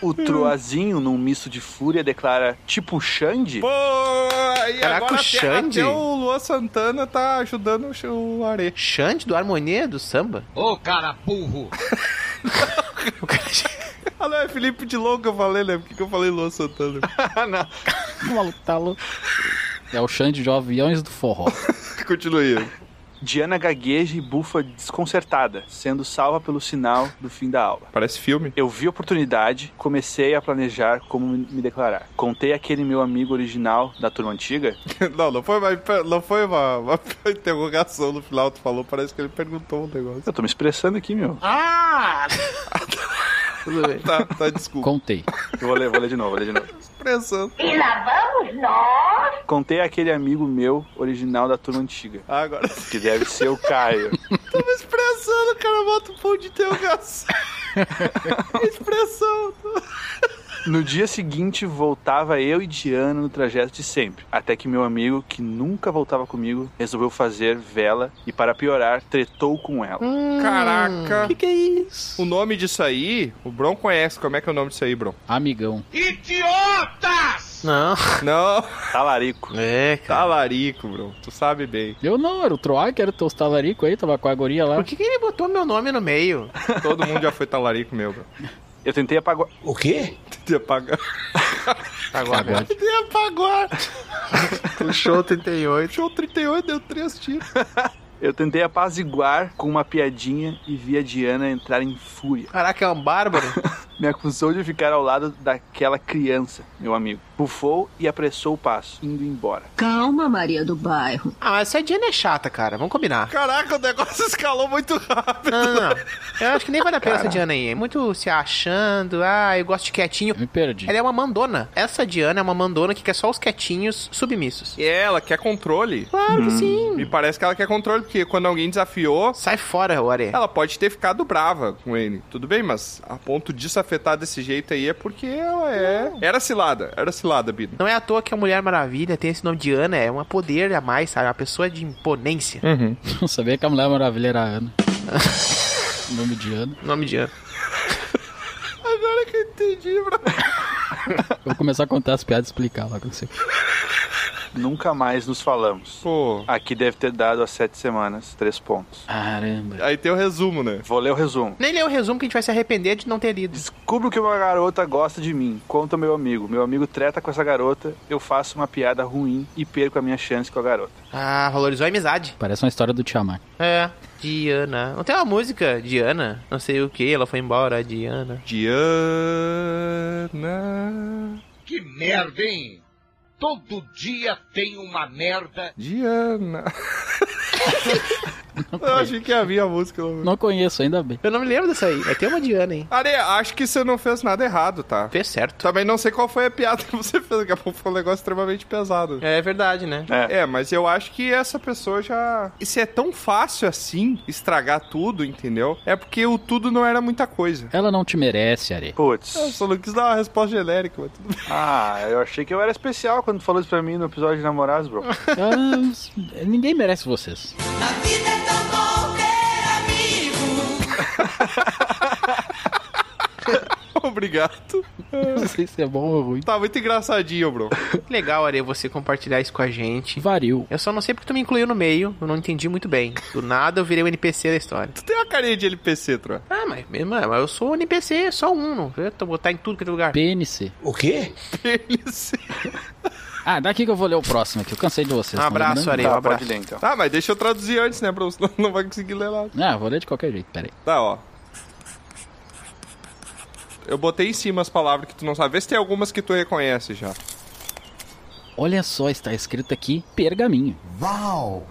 S3: O Troazinho, num misto de fúria, declara: Tipo Xande?
S4: Pô, aí
S1: Caraca,
S4: agora
S1: o
S4: até,
S1: Xande?
S4: até o Luan Santana tá ajudando o Arê.
S1: Xande do Harmonia do Samba?
S8: Ô, cara burro!
S1: O cara chega-
S4: Ah, não, é Felipe Dilon que eu falei, né? Por que, que eu falei Luan Santana?
S3: Não.
S2: O maluco tá louco. É o Xande de Aviões do Forró.
S4: Continue.
S3: Diana gagueja e bufa desconcertada, sendo salva pelo sinal do fim da aula.
S4: Parece filme.
S3: Eu vi a oportunidade, comecei a planejar como me me declarar. Contei aquele meu amigo original da turma antiga.
S4: Não, não foi, uma, não foi uma, uma interrogação no final, tu falou, parece que ele perguntou um negócio.
S3: Eu tô me expressando aqui, meu.
S1: Tudo bem.
S4: Tá, tá, desculpa.
S2: Contei.
S3: Eu vou ler, vou ler de novo, vou ler de novo.
S4: Pressando.
S3: Contei aquele amigo meu original da turma antiga,
S4: Ah, Agora
S3: que deve ser o Caio.
S4: tô me expressando, cara, bota um ponto de interrogação. Expressão.
S3: No dia seguinte, voltava eu e Diana no trajeto de sempre. Até que meu amigo, que nunca voltava comigo, resolveu fazer vela e, para piorar, tretou com ela.
S4: Caraca.
S1: que é isso?
S4: O nome disso aí, o Bron conhece. Como é que é o nome disso aí, Bron?
S2: Amigão.
S1: Não.
S4: Não,
S3: Talarico.
S1: É, cara.
S4: talarico, Bron. Tu sabe bem.
S2: Eu não, era o Troá, que era o teus talarico aí, tava com a guria lá.
S1: Por que, que ele botou meu nome no meio?
S4: Todo mundo já foi talarico meu, Bron.
S3: Eu tentei apagar.
S6: O quê?
S4: Tentei apagar.
S1: Tá Agora.
S4: Tentei apagar.
S1: Puxou 38.
S4: Show 38, deu três tiros.
S3: Eu tentei apaziguar com uma piadinha e vi a Diana entrar em fúria.
S1: Caraca, é um bárbaro.
S3: Me acusou de ficar ao lado daquela criança, meu amigo. Bufou e apressou o passo, indo embora.
S9: Calma, Maria do Bairro.
S1: Ah, mas essa Diana é chata, cara. Vamos combinar.
S4: Caraca, o negócio escalou muito rápido.
S1: Não, não, não. Eu acho que nem vale a pena essa Diana aí. É muito se achando. Ah, eu gosto de quietinho.
S2: Eu me perdi.
S1: Ela é uma mandona. Essa Diana é uma mandona que quer só os quietinhos submissos.
S4: E ela quer controle.
S1: Claro que sim.
S4: Me parece que ela quer controle, porque quando alguém desafiou,
S1: Sai fora, Ore.
S4: ela pode ter ficado brava com ele. Tudo bem, mas a ponto disso afetar desse jeito aí é porque ela é. Era cilada, era cilada, Bino.
S1: Não é à toa que a Mulher Maravilha tem esse nome de Ana. É uma poder a mais, sabe? Uma pessoa de imponência.
S4: Uhum.
S2: Não sabia que a Mulher Maravilha era a Ana. Nome de Ana.
S1: Nome de Ana.
S4: Agora que eu entendi, bro.
S2: Eu vou começar a contar as piadas e explicar lá com você.
S3: Nunca mais nos falamos.
S4: Pô,
S3: Aqui deve ter dado às sete semanas, três pontos.
S2: Caramba.
S4: aí tem o resumo, né?
S3: Vou ler o resumo.
S1: Nem lê o resumo que a gente vai se arrepender de não ter lido.
S3: Descubro que uma garota gosta de mim. Conta ao meu amigo. Meu amigo treta com essa garota. Eu faço uma piada ruim e perco a minha chance com a garota.
S1: Ah, valorizou a amizade.
S2: Parece uma história do Tiamat.
S1: É. Diana. Não tem uma música, Diana? Não sei o que, ela foi embora, Diana.
S4: Diana.
S10: Que merda, hein? Todo dia tem uma merda.
S4: Diana. Eu achei que havia música. Não.
S2: Não conheço, ainda bem.
S1: Eu não me lembro dessa aí. Vai ter uma Diana, hein?
S4: Are, acho que você não fez nada errado, tá?
S1: Fez certo.
S4: Também não sei qual foi a piada que você fez, daqui a pouco foi um negócio extremamente pesado.
S1: É verdade, né?
S3: É.
S4: É, mas eu acho que essa pessoa já. E se é tão fácil assim estragar tudo, entendeu? É porque o tudo não era muita coisa.
S2: Ela não te merece, Are.
S4: Eu
S3: Putz.
S4: só não quis dar uma resposta genérica, mas tudo bem.
S3: Ah, eu achei que eu era especial quando tu falou isso pra mim no episódio de namorados, bro.
S2: Ah, ninguém merece vocês.
S9: A vida é tão bom ter amigo.
S4: Obrigado.
S2: Não sei se é bom ou ruim.
S4: Tá muito engraçadinho, bro.
S1: Que legal, Are, você compartilhar isso com a gente.
S2: Variu.
S1: Eu só não sei porque tu me incluiu no meio, eu não entendi muito bem. Do nada eu virei o NPC da história.
S4: Tu tem uma carinha de LPC, Tro.
S1: Ah, mas mesmo, mas eu sou um NPC, só um, não. Eu tô botar em tudo que é lugar.
S2: PNC.
S6: O quê?
S4: PNC.
S2: Ah, daqui que eu vou ler o próximo aqui. Eu cansei de vocês.
S1: Um
S2: tá
S1: abraço,
S2: lembrando?
S1: Are, um
S3: Tá, pode
S1: abraço.
S3: ler então.
S4: Tá, mas deixa eu traduzir antes, né, bro? Senão não vai conseguir ler lá.
S2: Ah, vou ler de qualquer jeito, peraí.
S4: Tá, ó. Eu botei em cima as palavras que tu não sabe. Vê se tem algumas que tu reconhece já.
S2: Olha só, está escrito aqui pergaminho.
S6: Uau!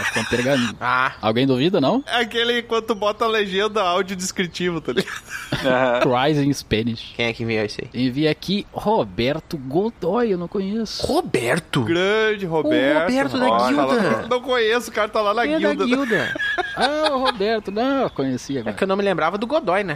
S2: Acho que é um pergaminho.
S1: Ah,
S2: Alguém duvida, não?
S4: É aquele enquanto bota a legenda áudio descritivo, tá ligado?
S1: É.
S3: Aham.
S2: Rise in Spanish.
S1: quem é que enviou isso aí?
S2: Envia aqui Roberto Godoy, eu não conheço.
S1: Roberto?
S4: Grande Roberto.
S1: Roberto da
S4: Nossa,
S1: Guilda.
S4: lá- não conheço, o cara tá lá na
S1: É da
S4: guilda.
S1: guilda.
S2: Ah, o Roberto, não, eu conheci
S1: É
S2: agora.
S1: que eu não me lembrava do Godoy, né?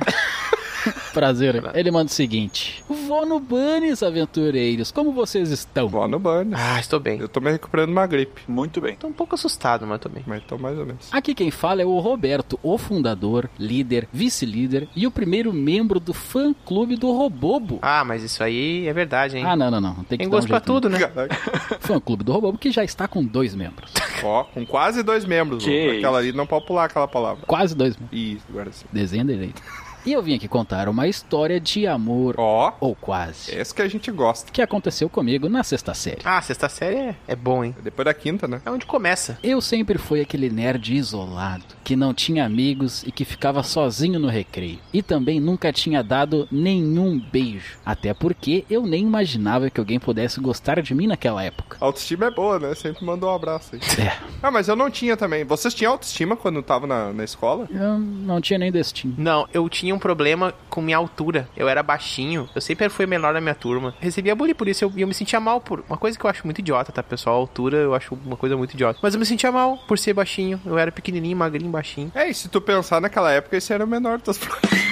S2: Prazer. Ele manda o seguinte: Vou no Bunnies, aventureiros, como vocês estão?
S4: Vó no banho.
S1: Ah, estou bem.
S4: Eu tô me recuperando de uma gripe,
S3: Muito bem.
S1: Tô um pouco assustado, mas tô bem.
S4: mas tô mais ou menos.
S1: Ah,
S2: Aqui quem fala é o Roberto, o fundador, líder, vice-líder e o primeiro membro do fã-clube do Robobo.
S1: Ah, mas isso aí é verdade, hein?
S2: Ah, não, não, não.
S1: Tem
S2: Tem que dar um
S1: gosto pra
S2: jeito,
S1: tudo, né?
S4: Caraca.
S2: né? Fã-clube do Robobo que já está com dois membros.
S4: Ó, com quase dois membros.
S3: Que
S4: ó.
S3: isso.
S4: aquela ali não pode pular aquela palavra.
S2: Quase dois membros.
S4: Isso, agora sim.
S2: Desenha direito. E eu vim aqui contar uma história de amor,
S4: Ó,
S2: ou
S1: É.
S2: quase,
S4: essa que a gente gosta.
S2: que aconteceu comigo na sexta série.
S1: Ah, sexta série é, é bom, hein?
S4: Depois da quinta, né?
S1: É onde começa.
S2: Eu sempre fui aquele nerd isolado, que não tinha amigos e que ficava sozinho no recreio. E também nunca tinha dado nenhum beijo. Até porque eu nem imaginava que alguém pudesse gostar de mim naquela época.
S4: Autoestima é boa, né? Sempre mandou um abraço aí.
S2: É,
S4: Ah, mas eu não tinha também. Vocês tinham autoestima quando tava na, na escola?
S2: eu não tinha nem destino.
S1: Não, eu tinha um problema com minha altura. Eu era baixinho, eu sempre fui menor na minha turma. Recebia bullying por isso, eu, eu me sentia mal por. Uma coisa que eu acho muito idiota, tá, pessoal? A altura eu acho uma coisa muito idiota. Mas eu me sentia mal por ser baixinho. Eu era pequenininho, magrinho, baixinho.
S4: É, e se tu pensar naquela época, esse era o menor dos problemas.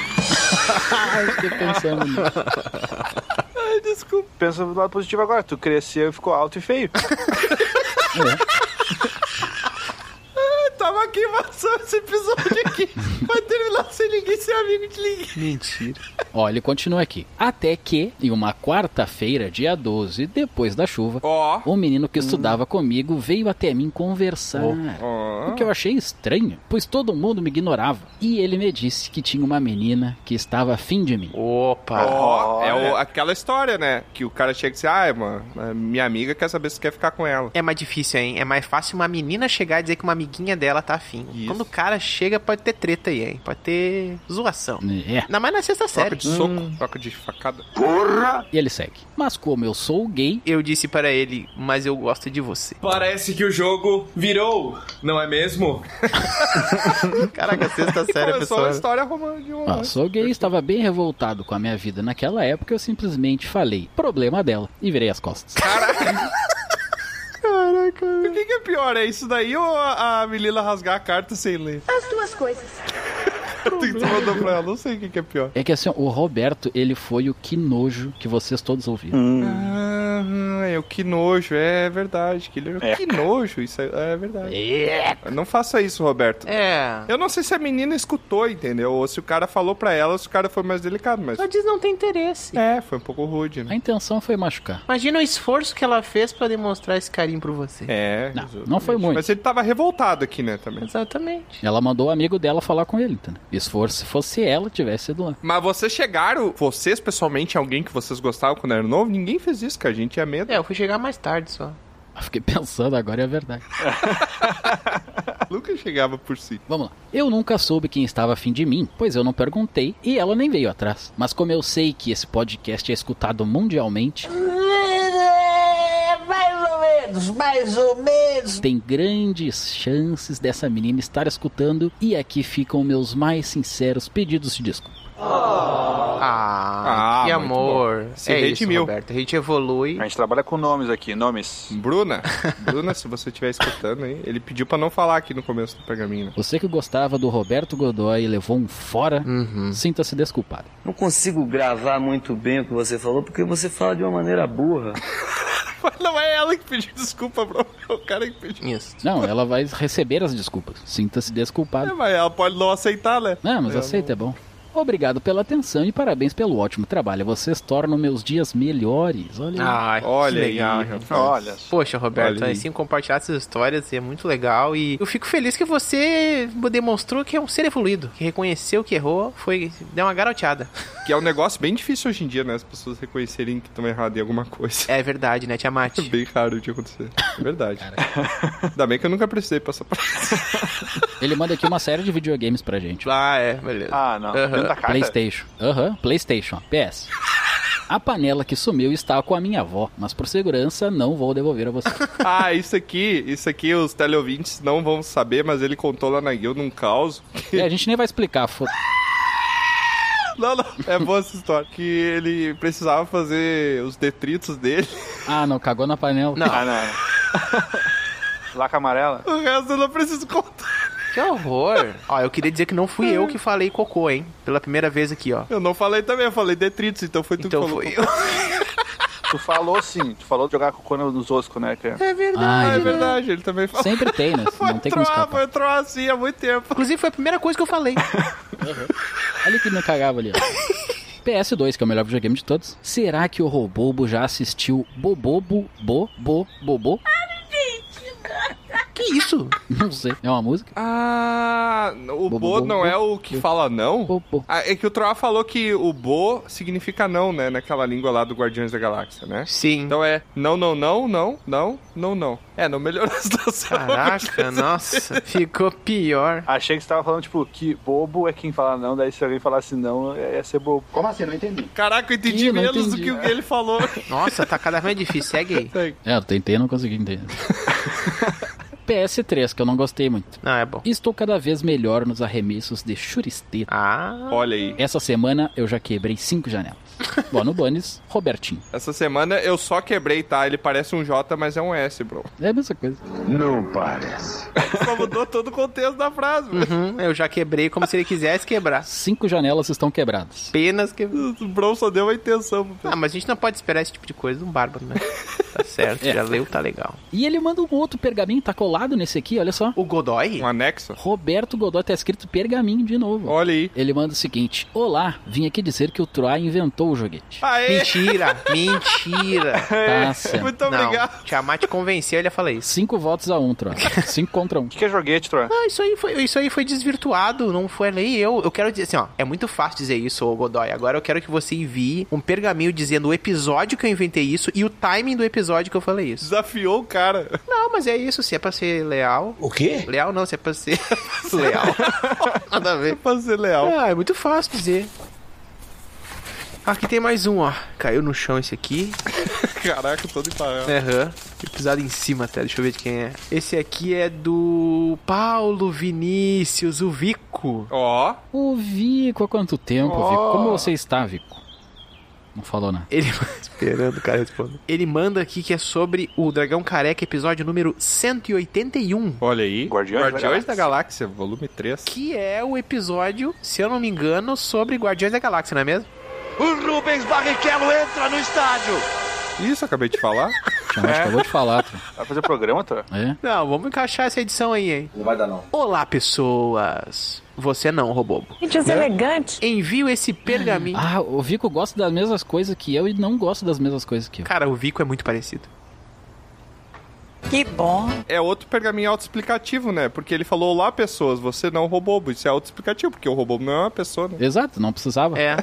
S2: Ah, eu fiquei pensando nisso.
S4: Desculpa.
S3: Pensa do lado positivo agora. Tu cresceu e ficou alto e feio.
S4: Eu tava aqui passando esse episódio aqui. Vai terminar sem ninguém ser amigo de ninguém.
S1: Mentira.
S2: Ó, ele continua aqui. Até que, em uma quarta-feira, dia 12, depois da chuva,
S4: Ó.
S2: o menino que estudava comigo veio até mim conversar.
S4: Ó.
S2: O que eu achei estranho, pois todo mundo me ignorava. E ele me disse que tinha uma menina que estava afim de mim.
S1: Opa.
S4: Ó, é o-
S3: Olha.
S4: aquela história, né? Que o cara chega e diz, ah, mano, minha amiga quer saber se tu quer ficar com ela.
S1: É mais difícil, hein? É mais fácil uma menina chegar e dizer que uma amiguinha dela tá afim.
S4: Isso.
S1: Quando o cara chega, pode ter treta aí, hein? Pode ter zoação.
S2: É,
S1: Ainda mais na sexta
S4: Troca
S1: série.
S4: de soco, troca de facada.
S2: e ele segue. Mas como eu sou gay,
S1: Eu disse para ele, mas eu gosto de você.
S11: Parece que o jogo virou, não é mesmo?
S1: Caraca, sexta série,
S4: Começou a
S1: pessoal.
S4: é história romântica de um
S2: ó,
S4: romance.
S2: ah, sou gay e estava bem revoltado com a minha vida naquela época, eu simplesmente falei, problema dela, e virei as costas.
S4: O que, que é pior? É isso daí ou a a menina rasgar a carta sem ler?
S9: As duas coisas.
S4: O que tu mandou pra ela? Não sei o que, que é pior.
S2: É que assim, ó, o Roberto, ele foi o que nojo que vocês todos ouviram.
S4: Ah, é o que nojo, é verdade. Que, ele-
S3: É.
S4: que nojo, isso é, é verdade.
S2: É.
S4: Não faça isso, Roberto.
S1: É.
S4: Eu não sei se a menina escutou, entendeu? Ou se o cara falou pra ela, ou se o cara foi mais delicado, mas.
S1: Ela diz não tem interesse.
S4: É, foi um pouco rude, né?
S2: A intenção foi machucar.
S1: Imagina o esforço que ela fez pra demonstrar esse carinho por você.
S4: É.
S2: Não,
S4: exatamente.
S2: não foi muito.
S4: Mas ele tava revoltado aqui, né, também.
S1: Exatamente.
S2: Ela mandou o amigo dela falar com ele, entendeu? E se fosse, fosse ela, tivesse ido lá.
S4: Mas vocês chegaram, vocês pessoalmente, alguém que vocês gostavam quando era novo? Ninguém fez isso, cara. A gente tinha medo.
S1: É, eu fui chegar mais tarde só.
S2: Eu fiquei pensando, agora é verdade. É.
S4: Nunca chegava por si.
S2: Vamos lá. Eu nunca soube quem estava afim de mim, pois eu não perguntei e ela nem veio atrás. Mas como eu sei que esse podcast é escutado mundialmente,
S9: Mais ou menos, mais ou menos.
S2: tem grandes chances dessa menina estar escutando e aqui ficam meus mais sinceros pedidos de desculpa.
S1: Ah,
S4: Ah,
S1: que
S4: muito
S1: amor.
S4: bom. Se
S1: é
S4: redimiu.
S1: isso, Roberto. A gente evolui.
S3: A gente trabalha com nomes aqui, nomes.
S4: Bruna, Bruna, se você estiver escutando aí, ele pediu pra não falar aqui no começo do pergaminho. né?
S2: Você que gostava do Roberto Godoy e levou um fora,
S1: Uhum.
S2: sinta-se desculpado.
S11: Não consigo gravar muito bem o que você falou porque você fala de uma maneira burra.
S4: Mas não é ela que pediu desculpa, bro. É o cara que pediu.
S1: Isso.
S2: Não, ela vai receber as desculpas. Sinta-se
S4: É,
S2: desculpado.
S4: mas ela pode não aceitar, né?
S2: Não, mas aceita, é bom. Obrigado pela atenção e parabéns pelo ótimo trabalho. Vocês tornam meus dias melhores. Olha aí.
S1: Ai,
S4: Olha
S1: que
S4: aí,
S1: legal.
S4: ah, rapaz.
S3: Olha.
S1: Poxa, Roberto,
S4: Olha aí.
S1: assim, compartilhar essas histórias é muito legal e eu fico feliz que você demonstrou que é um ser evoluído, que reconheceu que errou, foi deu uma garoteada.
S4: Que é um negócio bem difícil hoje em dia, né? As pessoas reconhecerem que estão erradas em alguma coisa.
S1: É verdade, né, Tiamat?
S4: É bem raro de acontecer. É verdade. Ainda bem que eu nunca precisei passar por isso.
S2: Ele manda aqui uma série de videogames pra gente.
S1: Ah, é, beleza.
S3: Ah, não.
S1: Aham.
S3: Tanta carta.
S2: PlayStation. Aham, PlayStation. PS. A panela que sumiu está com a minha avó, mas por segurança não vou devolver a você.
S4: ah, isso aqui, isso aqui os teleouvintes não vão saber, mas ele contou lá na guilda um caos.
S2: E a gente nem vai explicar. foda-
S4: Não, não, é boa essa história. Que ele precisava fazer os detritos dele.
S2: Ah, não, cagou na panela.
S1: Não.
S3: Ah, não. Laca amarela?
S4: O resto eu não preciso contar.
S1: Que horror. ó, eu queria dizer que não fui eu que falei cocô, hein? Pela primeira vez aqui, ó.
S4: Eu não falei também, eu falei detritos, então foi tu
S1: Então
S4: que falou.
S1: foi eu.
S3: Tu falou sim. Tu falou de jogar cocô nos oscos, né, criança?
S1: É verdade.
S4: Ah, é
S2: Ai,
S4: verdade, ele também falou.
S2: sempre tem, né?
S4: Foi
S2: Não tem como
S4: troar,
S2: escapar.
S4: foi troar assim há muito tempo.
S1: Inclusive foi a primeira coisa que eu falei.
S2: Ali que não cagava ali, ó. PS2, que é o melhor videogame de todos. Será que o Robobo já assistiu Bobobo Bo Bo Bobo?
S9: Que
S1: que isso?
S2: Não sei. É uma música?
S4: Ah, o Bo,
S2: bo,
S4: não
S2: bo,
S4: é o que fala não? Ah, é que o Troá falou que o Bo significa não, né? Naquela língua lá do Guardiões da Galáxia, né?
S1: Sim.
S4: Então é não, não, não, não, não, não, não. É, não melhorou a situação.
S2: Ah.
S1: Caraca, nossa, ficou pior.
S3: Achei que você tava falando, tipo, que bobo é quem fala não, daí se alguém falasse não, é- ia ser bobo.
S6: Como assim? Não entendi.
S4: Caraca, eu entendi
S2: Ih, não
S4: menos
S2: entendi.
S4: do que ele falou.
S1: Nossa, tá cada vez mais difícil. Segue aí.
S2: É, eu tentei e não consegui entender. PS3, que eu não gostei muito.
S1: Não, é bom.
S2: Estou cada vez melhor nos arremessos de churisteta.
S1: Ah,
S4: Olha aí.
S2: Essa semana eu já quebrei cinco janelas. Bom, no Bunnies, Robertinho.
S4: Essa semana eu só quebrei, tá? Ele parece um J, mas é um S, bro.
S2: É a mesma coisa.
S6: Não parece.
S4: Só mudou todo o contexto da frase, velho.
S1: uhum, eu já quebrei como se ele quisesse quebrar.
S2: Cinco janelas estão quebradas.
S1: Apenas que.
S4: O Bro só deu uma intenção pro
S1: Ah, mas a gente não pode esperar esse tipo de coisa de um bárbaro, né? Tá certo, já leu, tá legal.
S2: E ele manda um outro pergaminho, tá colado nesse aqui, olha só.
S1: O Godoy?
S4: Um anexo?
S2: Roberto Godoy tá escrito pergaminho de novo.
S4: Olha aí.
S2: Ele manda o seguinte: Olá, vim aqui dizer que o Troy inventou o joguete.
S4: Aê!
S1: Mentira, mentira.
S2: Tá certo.
S4: Muito obrigado.
S1: Não, Tiamat convenceu ele a falar isso.
S2: Cinco votos a um, Troy. Cinco contra um.
S3: O que, que é joguete, Troa?
S1: Não, Ah, isso aí, foi, isso aí foi desvirtuado, não foi nem eu. Eu quero dizer assim, ó, é muito fácil dizer isso, ô Godoy. Agora eu quero que você envie um pergaminho dizendo o episódio que eu inventei isso e o timing do episódio que eu falei isso.
S4: Desafiou o cara.
S1: Não, mas é isso, se é pra ser leal.
S6: O quê?
S1: Leal não, se é pra ser leal. Nada a ver.
S4: Pra ser leal.
S1: Ah, é muito fácil dizer. Aqui tem mais um, ó. Caiu no chão esse aqui.
S4: Caraca, todo emparado.
S1: Aham. Tinha pisado em cima até, deixa eu ver de quem é. Esse aqui é do Paulo Vinícius, o Vico.
S4: Ó,
S2: Ô, Vico, há quanto tempo, Vico? Como você está, Vico? Não falou né? nada.
S1: Ele esperando o cara responder. Ele manda aqui que é sobre o Dragão Careca, episódio número 181.
S4: olha aí.
S3: Guardiões da
S4: da Galáxia, volume 3.
S1: Que é o episódio, se eu não me engano, sobre Guardiões da Galáxia, não é mesmo?
S4: Isso, acabei de falar.
S2: Já é. acabou de falar, Troy.
S3: Vai fazer programa, Troa?
S2: É.
S1: Não, vamos encaixar essa edição aí, hein?
S11: Não vai dar, não.
S1: Olá, pessoas. Você não, Robobo.
S5: Que deselegante.
S1: Envio esse pergaminho.
S2: Ah, o Vico gosta das mesmas coisas que eu e não gosta das mesmas coisas que eu.
S1: Cara, o Vico é muito parecido.
S5: Que bom.
S4: É outro pergaminho autoexplicativo, né? Porque ele falou lá, pessoas, você não robobo. Isso é autoexplicativo, porque o robobo não é uma pessoa, né?
S2: Exato, não precisava.
S1: É.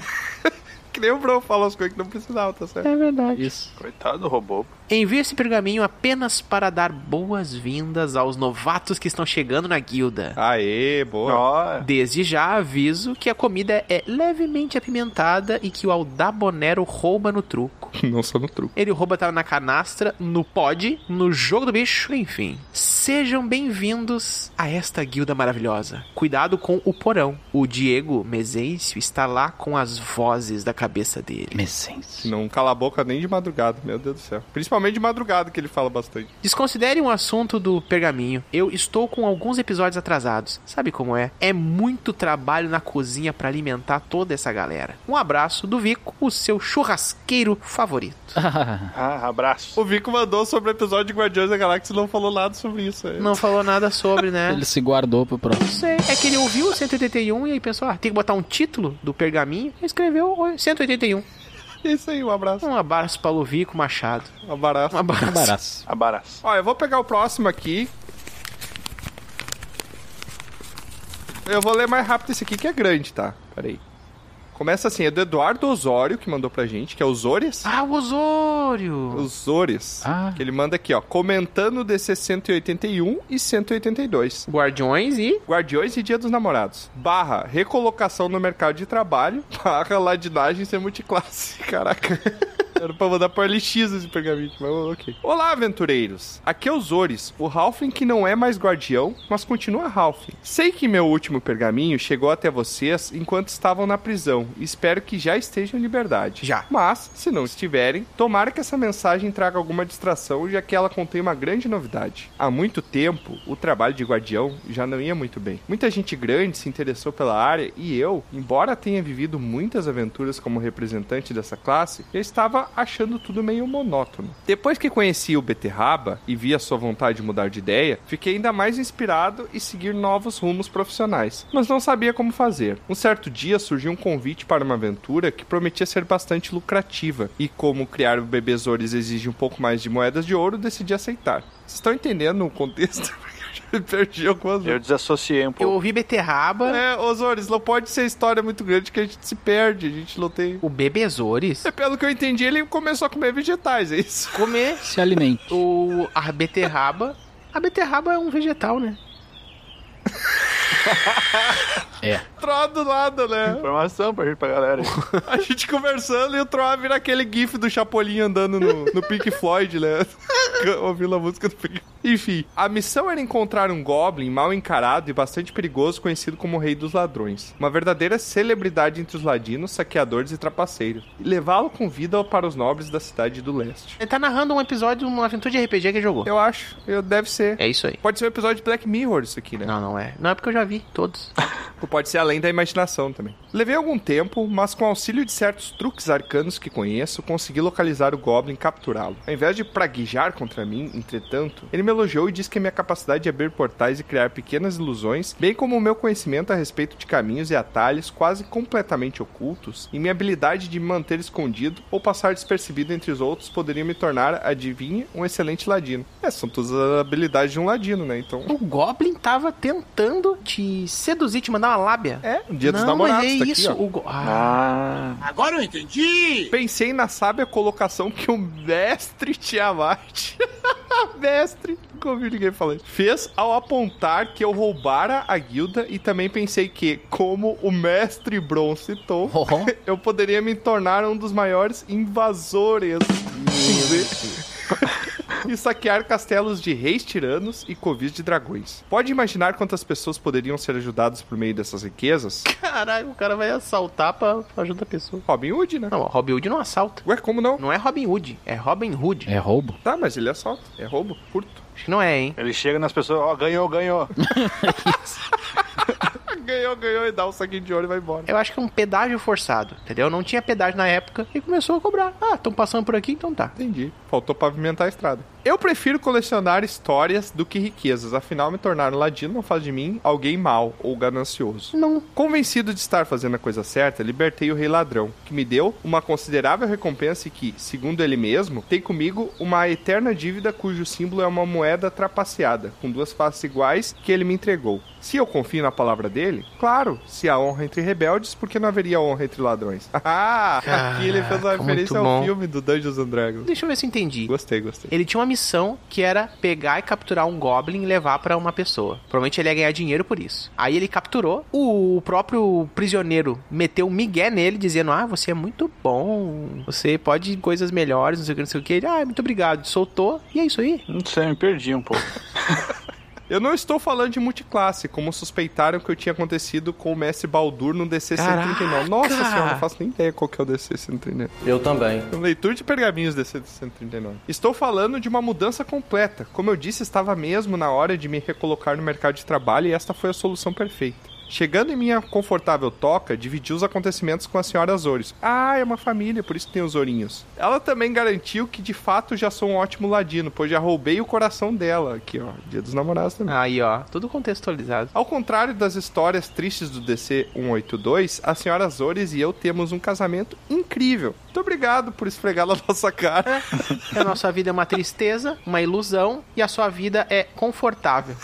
S4: Que nem o Bro fala as coisas que não precisava, tá certo?
S2: Isso.
S3: Coitado do robô.
S1: Envio esse pergaminho apenas para dar boas-vindas aos novatos que estão chegando na guilda.
S4: Aê, boa.
S3: Ó,
S1: Desde já aviso que a comida é levemente apimentada e que o Aldabonero rouba no truco.
S4: Não só no truco.
S1: Ele rouba tá na canastra, no pod, no jogo do bicho, enfim. Sejam bem-vindos a esta guilda maravilhosa. Cuidado com o porão. O Diego Mezencio está lá com as vozes da cabeça dele.
S2: Messense.
S4: Não cala a boca nem de madrugada, meu Deus do céu. Principalmente de madrugada, que ele fala bastante.
S1: Desconsidere um assunto do pergaminho. Eu estou com alguns episódios atrasados. Sabe como é? É muito trabalho na cozinha para alimentar toda essa galera. Um abraço do Vico, o seu churrasqueiro favorito.
S3: ah, abraço.
S4: O Vico mandou sobre o episódio de Guardiões da Galáxia e não falou nada sobre isso. é. aí.
S1: Não falou nada sobre, né?
S2: Ele se guardou pro próximo.
S1: Não sei. É que ele ouviu o 181 e aí pensou, ah, tem que botar um título do pergaminho. E escreveu o 181.
S4: É isso aí, um abraço.
S1: Um abraço para o Vico Machado.
S4: Um abraço.
S1: Um abraço.
S2: Abraço.
S3: Abraço.
S4: Ó, eu vou pegar o próximo aqui. Eu vou ler mais rápido esse aqui, que é grande, tá? Peraí. Começa assim, é do Eduardo Osório, que mandou pra gente, que é Osores.
S1: Ah, o Osório.
S4: Osores.
S2: Ah.
S4: Que ele manda aqui, ó, comentando DC 181 e 182.
S1: Guardiões e...
S4: Guardiões e Dia dos Namorados. Barra, recolocação no mercado de trabalho. Barra, ladinagem sem multiclasse. Caraca. Era pra mandar pro LX esse pergaminho, mas ok. Olá, aventureiros. Aqui é o Zores, o Halfling que não é mais guardião, mas continua Halfling. Sei que meu último pergaminho chegou até vocês enquanto estavam na prisão e espero que já estejam em liberdade.
S1: Já.
S4: Mas, se não estiverem, tomara que essa mensagem traga alguma distração, já que ela contém uma grande novidade. Há muito tempo, o trabalho de guardião já não ia muito bem. Muita gente grande se interessou pela área e eu, embora tenha vivido muitas aventuras como representante dessa classe, eu estava achando tudo meio monótono. Depois que conheci o Beterraba e vi a sua vontade de mudar de ideia, fiquei ainda mais inspirado e seguir novos rumos profissionais, mas não sabia como fazer. Um certo dia surgiu um convite para uma aventura que prometia ser bastante lucrativa, e como criar bebezores exige um pouco mais de moedas de ouro, decidi aceitar. Vocês estão entendendo o contexto? Perdi algumas
S3: Eu desassociei um pouco.
S1: Eu ouvi beterraba.
S4: É, Osores, não pode ser história muito grande que a gente se perde, a gente não tem.
S1: O Bebezores
S4: É pelo que eu entendi, ele começou a comer vegetais, é isso?
S1: comer
S2: Se alimente.
S1: o, a beterraba. A beterraba é um vegetal, né?
S2: É.
S4: Troá do nada, né?
S3: Informação pra gente pra galera.
S4: A gente conversando e o Troá vira aquele gif do Chapolin andando no, no Pink Floyd, né? Ouvindo a música do Pink Enfim, a missão era encontrar um Goblin mal encarado e bastante perigoso conhecido como o Rei dos Ladrões. Uma verdadeira celebridade entre os ladinos, saqueadores e trapaceiros. E levá-lo com vida para os nobres da cidade do leste.
S1: Ele tá narrando um episódio, uma aventura de RPG que ele jogou.
S4: Eu acho, eu, deve ser.
S1: É isso aí.
S4: Pode ser um episódio de Black Mirror isso aqui, né?
S1: Não, não é. Não é porque eu já vi todos.
S4: Ou Pode ser além da imaginação também. Levei algum tempo, mas com auxílio de certos truques arcanos que conheço, consegui localizar o Goblin e capturá-lo. Ao invés de praguejar contra mim, entretanto, ele me elogiou e disse que a minha capacidade de abrir portais e criar pequenas ilusões, bem como o meu conhecimento a respeito de caminhos e atalhos quase completamente ocultos, e minha habilidade de me manter escondido ou passar despercebido entre os outros poderiam me tornar, adivinha, um excelente ladino. É, são todas as habilidades de um ladino, né? Então.
S1: O Goblin tava tentando te seduzir, te mandar uma lábia.
S4: É, um dia dos
S1: não, mas
S4: namorados,
S1: é
S4: tá aqui,
S1: isso.
S4: ó.
S1: o go- Ah,
S3: Ah.
S10: Agora eu entendi!
S4: Pensei na sábia colocação que o mestre Tiamat, mestre, nunca ouvi ninguém falando, fez ao apontar que eu roubara a guilda e também pensei que, como o mestre Bron citou,
S2: Oh,
S4: eu poderia me tornar um dos maiores invasores. e saquear castelos de reis tiranos e covis de dragões. Pode imaginar quantas pessoas poderiam ser ajudadas por meio dessas riquezas?
S1: caralho, o cara vai assaltar pra ajudar a pessoa.
S4: Robin Hood, né?
S1: Não, ó, Robin Hood não assalta.
S4: Ué, como não?
S1: Não é Robin Hood, é Robin Hood.
S2: é roubo?
S4: Tá, mas ele assalta. É roubo, furto.
S1: Acho que não é, hein?
S3: Ele chega nas pessoas, ó, ganhou, ganhou.
S4: Ah, Ganhou, ganhou e dá um saquinho de ouro e vai embora.
S1: Eu acho que é um pedágio forçado, entendeu? Não tinha pedágio na época e começou a cobrar. Ah, estão passando por aqui, então tá.
S4: Entendi. Faltou pavimentar a estrada. Eu prefiro colecionar histórias do que riquezas, afinal me tornar um ladino não faz de mim alguém mau ou ganancioso.
S1: Não.
S4: Convencido de estar fazendo a coisa certa, libertei o rei ladrão, que me deu uma considerável recompensa e que, segundo ele mesmo, tem comigo uma eterna dívida cujo símbolo é uma moeda trapaceada, com duas faces iguais, que ele me entregou. Se eu confio na palavra dele, claro, se há honra entre rebeldes, por que não haveria honra entre ladrões? Ah, aqui ele fez uma
S1: Caraca, muito
S4: referência ao
S1: bom.
S4: filme do Dungeons and Dragons.
S1: Deixa eu ver se eu entendi.
S4: Gostei, gostei.
S1: Ele tinha uma missão que era pegar e capturar um Goblin e levar pra uma pessoa. Provavelmente ele ia ganhar dinheiro por isso. Aí ele capturou, o próprio prisioneiro meteu um migué nele, dizendo: Ah, você é muito bom, você pode ir coisas melhores, não sei o que, não sei o que. Ele, ah, muito obrigado. Soltou, e é isso aí.
S3: Não sei, me perdi um pouco.
S4: Eu não estou falando de multiclasse, como suspeitaram que eu tinha acontecido com o mestre Baldur no DC-139.
S1: Caraca!
S4: Nossa senhora, não faço nem ideia qual que é o DC-139.
S11: Eu também.
S4: Leitura de pergaminhos DC-139. Estou falando de uma mudança completa. Como eu disse, estava mesmo na hora de me recolocar no mercado de trabalho e esta foi a solução perfeita. Chegando em minha confortável toca, dividi os acontecimentos com a senhora Azores. Ah, é uma família, por isso tem os ourinhos. Ela também garantiu que de fato já sou um ótimo ladino, pois já roubei o coração dela. Aqui, ó, dia dos namorados também.
S1: Aí, ó, tudo contextualizado.
S4: Ao contrário das histórias tristes do DC 182, a senhora Azores e eu temos um casamento incrível. Muito obrigado por esfregar na nossa cara.
S1: A nossa vida é uma tristeza, uma ilusão, e a sua vida é confortável.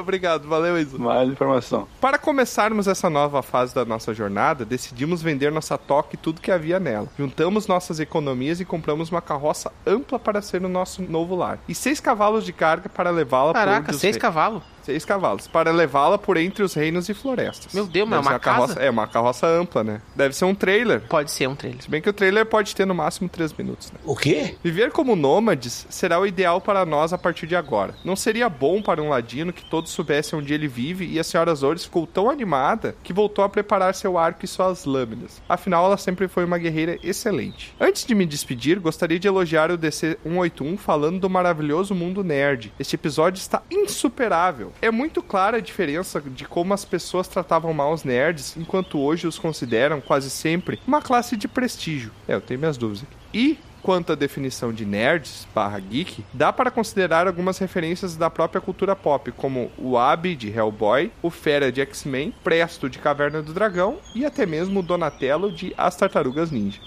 S4: obrigado, valeu, Enzo.
S3: Mais informação.
S4: Para começarmos essa nova fase da nossa jornada, decidimos vender nossa toca e tudo que havia nela. Juntamos nossas economias e compramos uma carroça ampla para ser o nosso novo lar. E seis cavalos de carga para levá-la por
S1: Caraca,
S4: onde os
S1: seis
S4: rei-
S1: cavalos.
S4: seis cavalos. Para levá-la por entre os reinos e florestas.
S1: Meu Deus, mas
S4: Deve
S1: é
S4: ser
S1: uma
S4: carroça...
S1: casa?
S4: É, uma carroça ampla, né? Deve ser um trailer.
S1: Pode ser um trailer.
S4: Se bem que o trailer pode ter no máximo 3 minutos, né?
S10: O quê?
S4: Viver como nômades será o ideal para nós a partir de agora. Não seria bom para um ladino que todos soubessem onde ele vive e a senhora Azores ficou tão animada que voltou a preparar seu arco e suas lâminas. Afinal, ela sempre foi uma guerreira excelente. Antes de me despedir, gostaria de elogiar o DC 181 falando do maravilhoso mundo nerd. Este episódio está insuperável. É muito clara a diferença de como as pessoas tratavam mal os nerds, enquanto hoje os consideram quase sempre uma classe de prestígio. É, eu tenho minhas dúvidas aqui. E Quanto à definição de nerds barra geek, dá para considerar algumas referências da própria cultura pop, como o Abby de Hellboy, o Fera de X-Men, Presto de Caverna do Dragão e até mesmo o Donatello de As Tartarugas Ninja.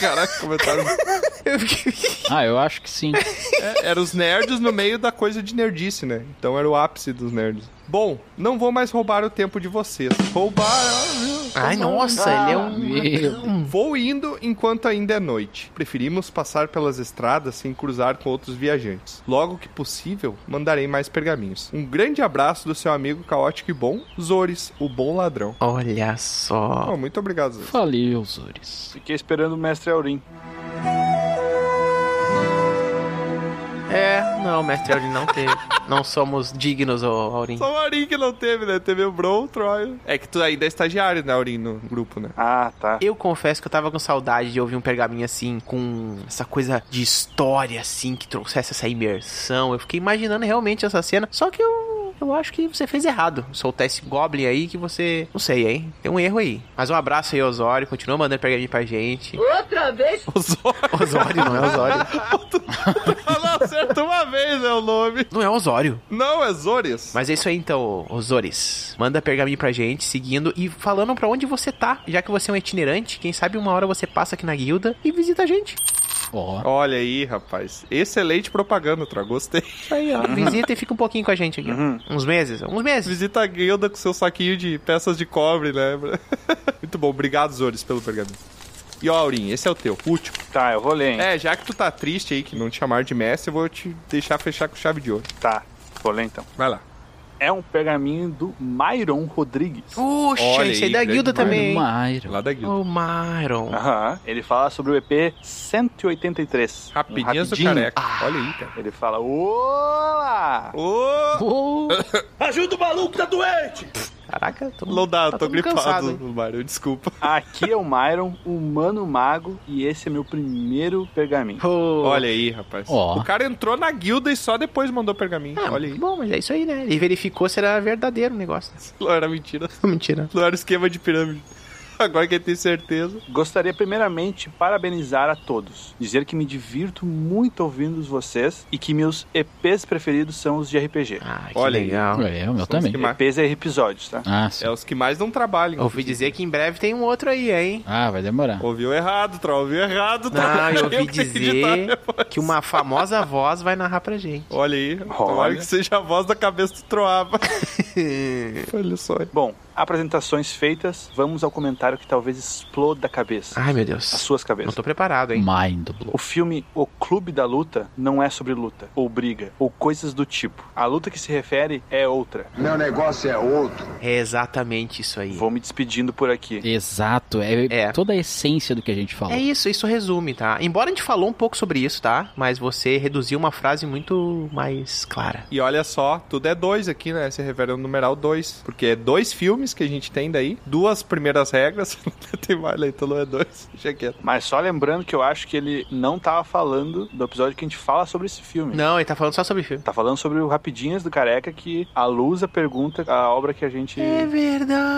S4: Caraca, comentaram.
S2: Ah, eu acho que sim.
S4: É, era os nerds no meio da coisa de nerdice, né? Então era o ápice dos nerds. Bom, não vou mais roubar o tempo de vocês. Roubar. ah,
S1: Ai, nossa, ele é um.
S4: Vou indo enquanto ainda é noite. Preferimos passar pelas estradas sem cruzar com outros viajantes. Logo que possível, mandarei mais pergaminhos. Um grande abraço do seu amigo caótico e bom, Zores, o bom ladrão.
S1: Olha só.
S4: Oh, muito obrigado, Zores.
S2: Falei, Osores.
S3: Fiquei esperando o mestre Aurim.
S1: É, não, mestre Eldin não teve. Não somos dignos, ô Aurim.
S4: Só o Aurim que não teve, né? Teve o Bron, o Troy. É que tu ainda é estagiário, né, Aurim, no grupo, né?
S3: Ah, tá.
S1: Eu confesso que eu tava com saudade de ouvir um pergaminho assim, com essa coisa de história, assim, que trouxesse essa imersão. Eu fiquei imaginando realmente essa cena, só que eu. Eu acho que você fez errado. Soltar esse Goblin aí que você. Não sei, hein? Tem um erro aí. Mas um abraço aí, Osório. Continua mandando pergaminho pra gente.
S9: Outra vez?
S1: Osório, não é Osório.
S4: Ela acerta uma vez, é o nome.
S1: Não é Osório.
S4: Não, é Zores.
S1: Mas é isso aí então, Osores. Manda pergaminho pra gente, seguindo e falando pra onde você tá. Já que você é um itinerante, quem sabe uma hora você passa aqui na guilda e visita a gente.
S2: Ó.
S4: Olha aí, rapaz. Excelente propaganda, Tro. Gostei.
S1: Aí, ó. Visita e fica um pouquinho com a gente aqui. ó. Uns meses, uns meses.
S4: Visita a guilda com seu saquinho de peças de cobre, né? Muito bom. Obrigado, Zores, pelo pergaminho. E ó, Aurim, esse é o teu, último.
S3: Tá, eu rolei, hein?
S4: É, já que tu tá triste aí, que não te chamaram de mestre, eu vou te deixar fechar com chave de ouro.
S3: Tá, rolei então.
S4: Vai lá.
S3: É um pergaminho do Myron Rodrigues.
S1: Puxa,
S4: Olha
S1: esse aí
S4: aí,
S1: da
S4: grande
S1: guilda também. hein?
S2: Uma Iron.
S4: Lá da guilda.
S1: O Myron.
S3: Aham. Tipo, Ele fala sobre o EP 183. Um
S4: Rapidinhas do
S3: rapidinho.
S4: careca. Olha aí, cara.
S3: Ele fala: Olá!
S4: Ô,
S2: Pô,
S10: Ajuda o maluco, tá doente!
S1: Caraca, tô
S4: Lodado,
S1: tá
S4: tô
S1: todo mundo cansado,
S4: gripado,
S1: hein?
S4: Mário, desculpa.
S3: Aqui é o Myron, humano mago, e esse é meu primeiro pergaminho.
S1: Pô.
S4: Olha aí, rapaz.
S2: Ó.
S4: O cara entrou na guilda e só depois mandou pergaminho.
S1: Ah,
S4: Olha aí.
S1: Bom, mas é isso aí, né? Ele verificou se era verdadeiro o negócio.
S4: Não era mentira.
S1: Mentira.
S4: Não era esquema de pirâmide. Agora que ele tem certeza.
S3: Gostaria primeiramente de parabenizar a todos, dizer que me divirto muito ouvindo vocês e que meus EPs preferidos são os de RPG.
S1: Ah, que
S4: Olha aí.
S1: legal.
S2: é, o meu
S4: São
S2: também.
S4: os que mais-
S3: EPs é episódios, tá?
S2: Ah, sim.
S4: É os que mais não trabalham.
S1: Ouvi dizer que em breve tem um outro aí, hein?
S2: Ah, vai demorar.
S4: Ouviu errado, Troll. Ouviu errado,
S1: Não, Ah, eu ouvi
S4: que editar
S1: dizer
S4: depois.
S1: que uma famosa voz vai narrar pra gente.
S4: Olha aí. Tomara
S3: Olha.
S4: que seja a voz da cabeça do Troava. Olha só.
S3: Bom, apresentações feitas, vamos ao comentário que talvez exploda a cabeça.
S1: Ai, meu
S3: As
S1: Deus.
S3: suas
S1: Não
S3: cabeças.
S1: tô preparado, hein?
S2: Mind blow.
S3: O filme O Clube da Luta não é sobre luta, ou briga, ou coisas do tipo. A luta que se refere é outra.
S6: Meu negócio é outro.
S1: É exatamente isso aí.
S3: Vou me despedindo por aqui.
S2: Exato, é,
S1: É.
S2: toda a essência do que a gente falou.
S1: É isso, isso resume, tá? Embora a gente falou um pouco sobre isso, tá? Mas você reduziu uma frase muito mais clara.
S4: E olha só, tudo é dois aqui, né? Se refere ao numeral dois. Porque é dois filmes que a gente tem daí. Duas primeiras regras. tem mais, né? então não é dois. Deixa quieto.
S3: Mas só lembrando que eu acho que ele não tava falando do episódio que a gente fala sobre esse filme.
S1: Não, ele tá falando só sobre filme.
S3: Tá falando sobre o Rapidinhas do Careca que a Lusa pergunta a obra que a gente.
S1: É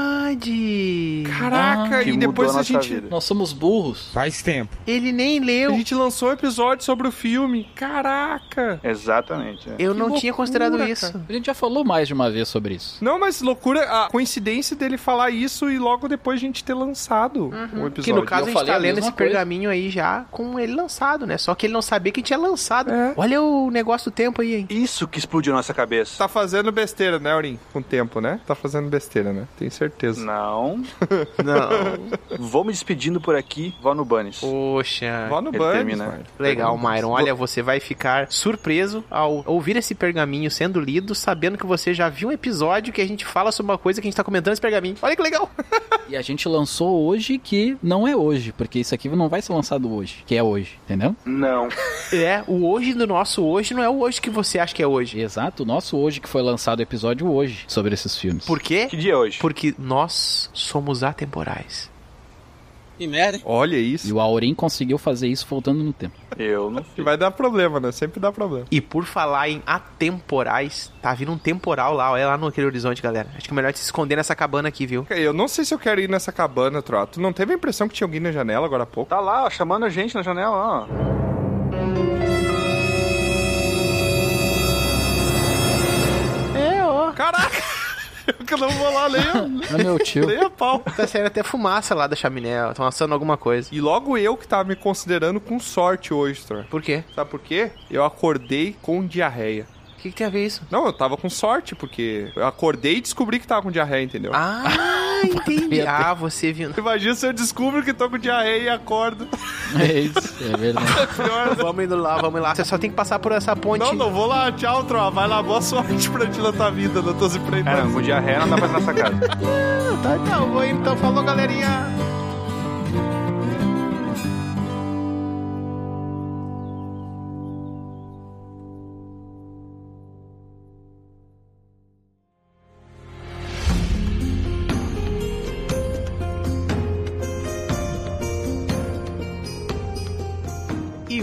S1: verdade!
S4: Caraca,
S3: que
S4: e
S3: mudou
S4: depois
S3: a
S4: a
S3: nossa
S4: gente.
S3: vida.
S2: Nós somos burros.
S10: Faz tempo.
S1: Ele nem
S4: A
S1: leu.
S4: gente lançou um episódio sobre o filme. Caraca!
S3: Exatamente. é.
S1: Eu não
S4: Que
S1: tinha
S4: loucura,
S1: considerado
S4: cara.
S1: isso.
S2: A gente já falou mais de uma vez sobre isso.
S4: Não, mas loucura a coincidência dele falar isso e logo depois a gente ter lançado um episódio.
S1: Uhum. Que no caso
S2: Eu
S1: a gente
S2: falei
S1: tá
S2: a
S1: lendo
S2: mesma
S1: esse
S2: coisa.
S1: pergaminho aí já com ele lançado, né? Só que ele não sabia que tinha lançado.
S4: É.
S1: Olha o negócio do tempo aí, hein?
S3: Isso que explodiu nossa cabeça.
S4: Tá fazendo besteira, né, Aurim? Com o tempo, né? Tá fazendo besteira, né? Tenho
S1: Tá.
S4: certeza.
S3: Não.
S1: Não.
S3: Vou me despedindo por aqui, vó no Bunnies.
S1: Poxa.
S4: Vá no
S3: Ele
S4: banho.
S3: termina.
S4: Ismael.
S1: Legal, Myron. Olha, você vai ficar surpreso ao ouvir esse pergaminho sendo lido, sabendo que você já viu um episódio que a gente fala sobre uma coisa que a gente tá comentando esse pergaminho. Olha que legal!
S2: E a gente lançou hoje que não é hoje, porque isso aqui não vai ser lançado hoje, que é hoje, entendeu?
S3: Não.
S1: É, o hoje do nosso hoje não é o hoje que você acha que é hoje.
S2: Exato, o nosso hoje que foi lançado o episódio hoje sobre esses filmes.
S1: Por quê?
S3: Que dia é hoje?
S1: Porque nós somos atemporais.
S8: E merda.
S4: Olha
S2: E
S4: isso.
S2: o Aurim conseguiu fazer isso voltando no tempo.
S3: Eu não
S4: Que
S3: fiz.
S4: vai dar problema, né? Sempre dá problema.
S1: E por falar em atemporais, tá vindo um temporal lá, olha lá no aquele horizonte, galera. Acho que é melhor te esconder nessa cabana aqui, viu?
S4: Eu não sei se eu quero ir nessa cabana, Troa. Tu não teve a impressão que tinha alguém na janela agora há pouco?
S3: Tá lá, ó, chamando a gente na janela, ó.
S1: É, ó.
S3: Ah.
S4: Caraca! que eu não vou lá ler.
S2: É meu tio.
S4: Leia pau.
S12: Tá saindo até fumaça lá da chaminé,
S1: Tá
S12: estão assando alguma coisa.
S4: E logo eu que tava me considerando com sorte hoje, Thor.
S12: Por quê?
S4: Sabe por quê? Eu acordei com diarreia.
S12: O que, que tem a ver isso?
S4: Não, eu tava com sorte, porque eu acordei e descobri que tava com diarreia, entendeu?
S12: Ah, entendi. Ah, você viu.
S4: Imagina se eu descubro que tô com diarreia e acordo.
S2: É isso, é verdade.
S4: Pior, né?
S12: Vamos indo lá, vamos lá. Você só tem que passar por essa ponte.
S4: Não, não, vou lá, tchau, Troa. Vai lá, boa sorte pra ti na tua vida, não tô se prendendo.
S3: Caramba, com diarreia não dá pra entrar nessa casa.
S12: Tá, então, vou indo, então. Falou, galerinha.
S1: E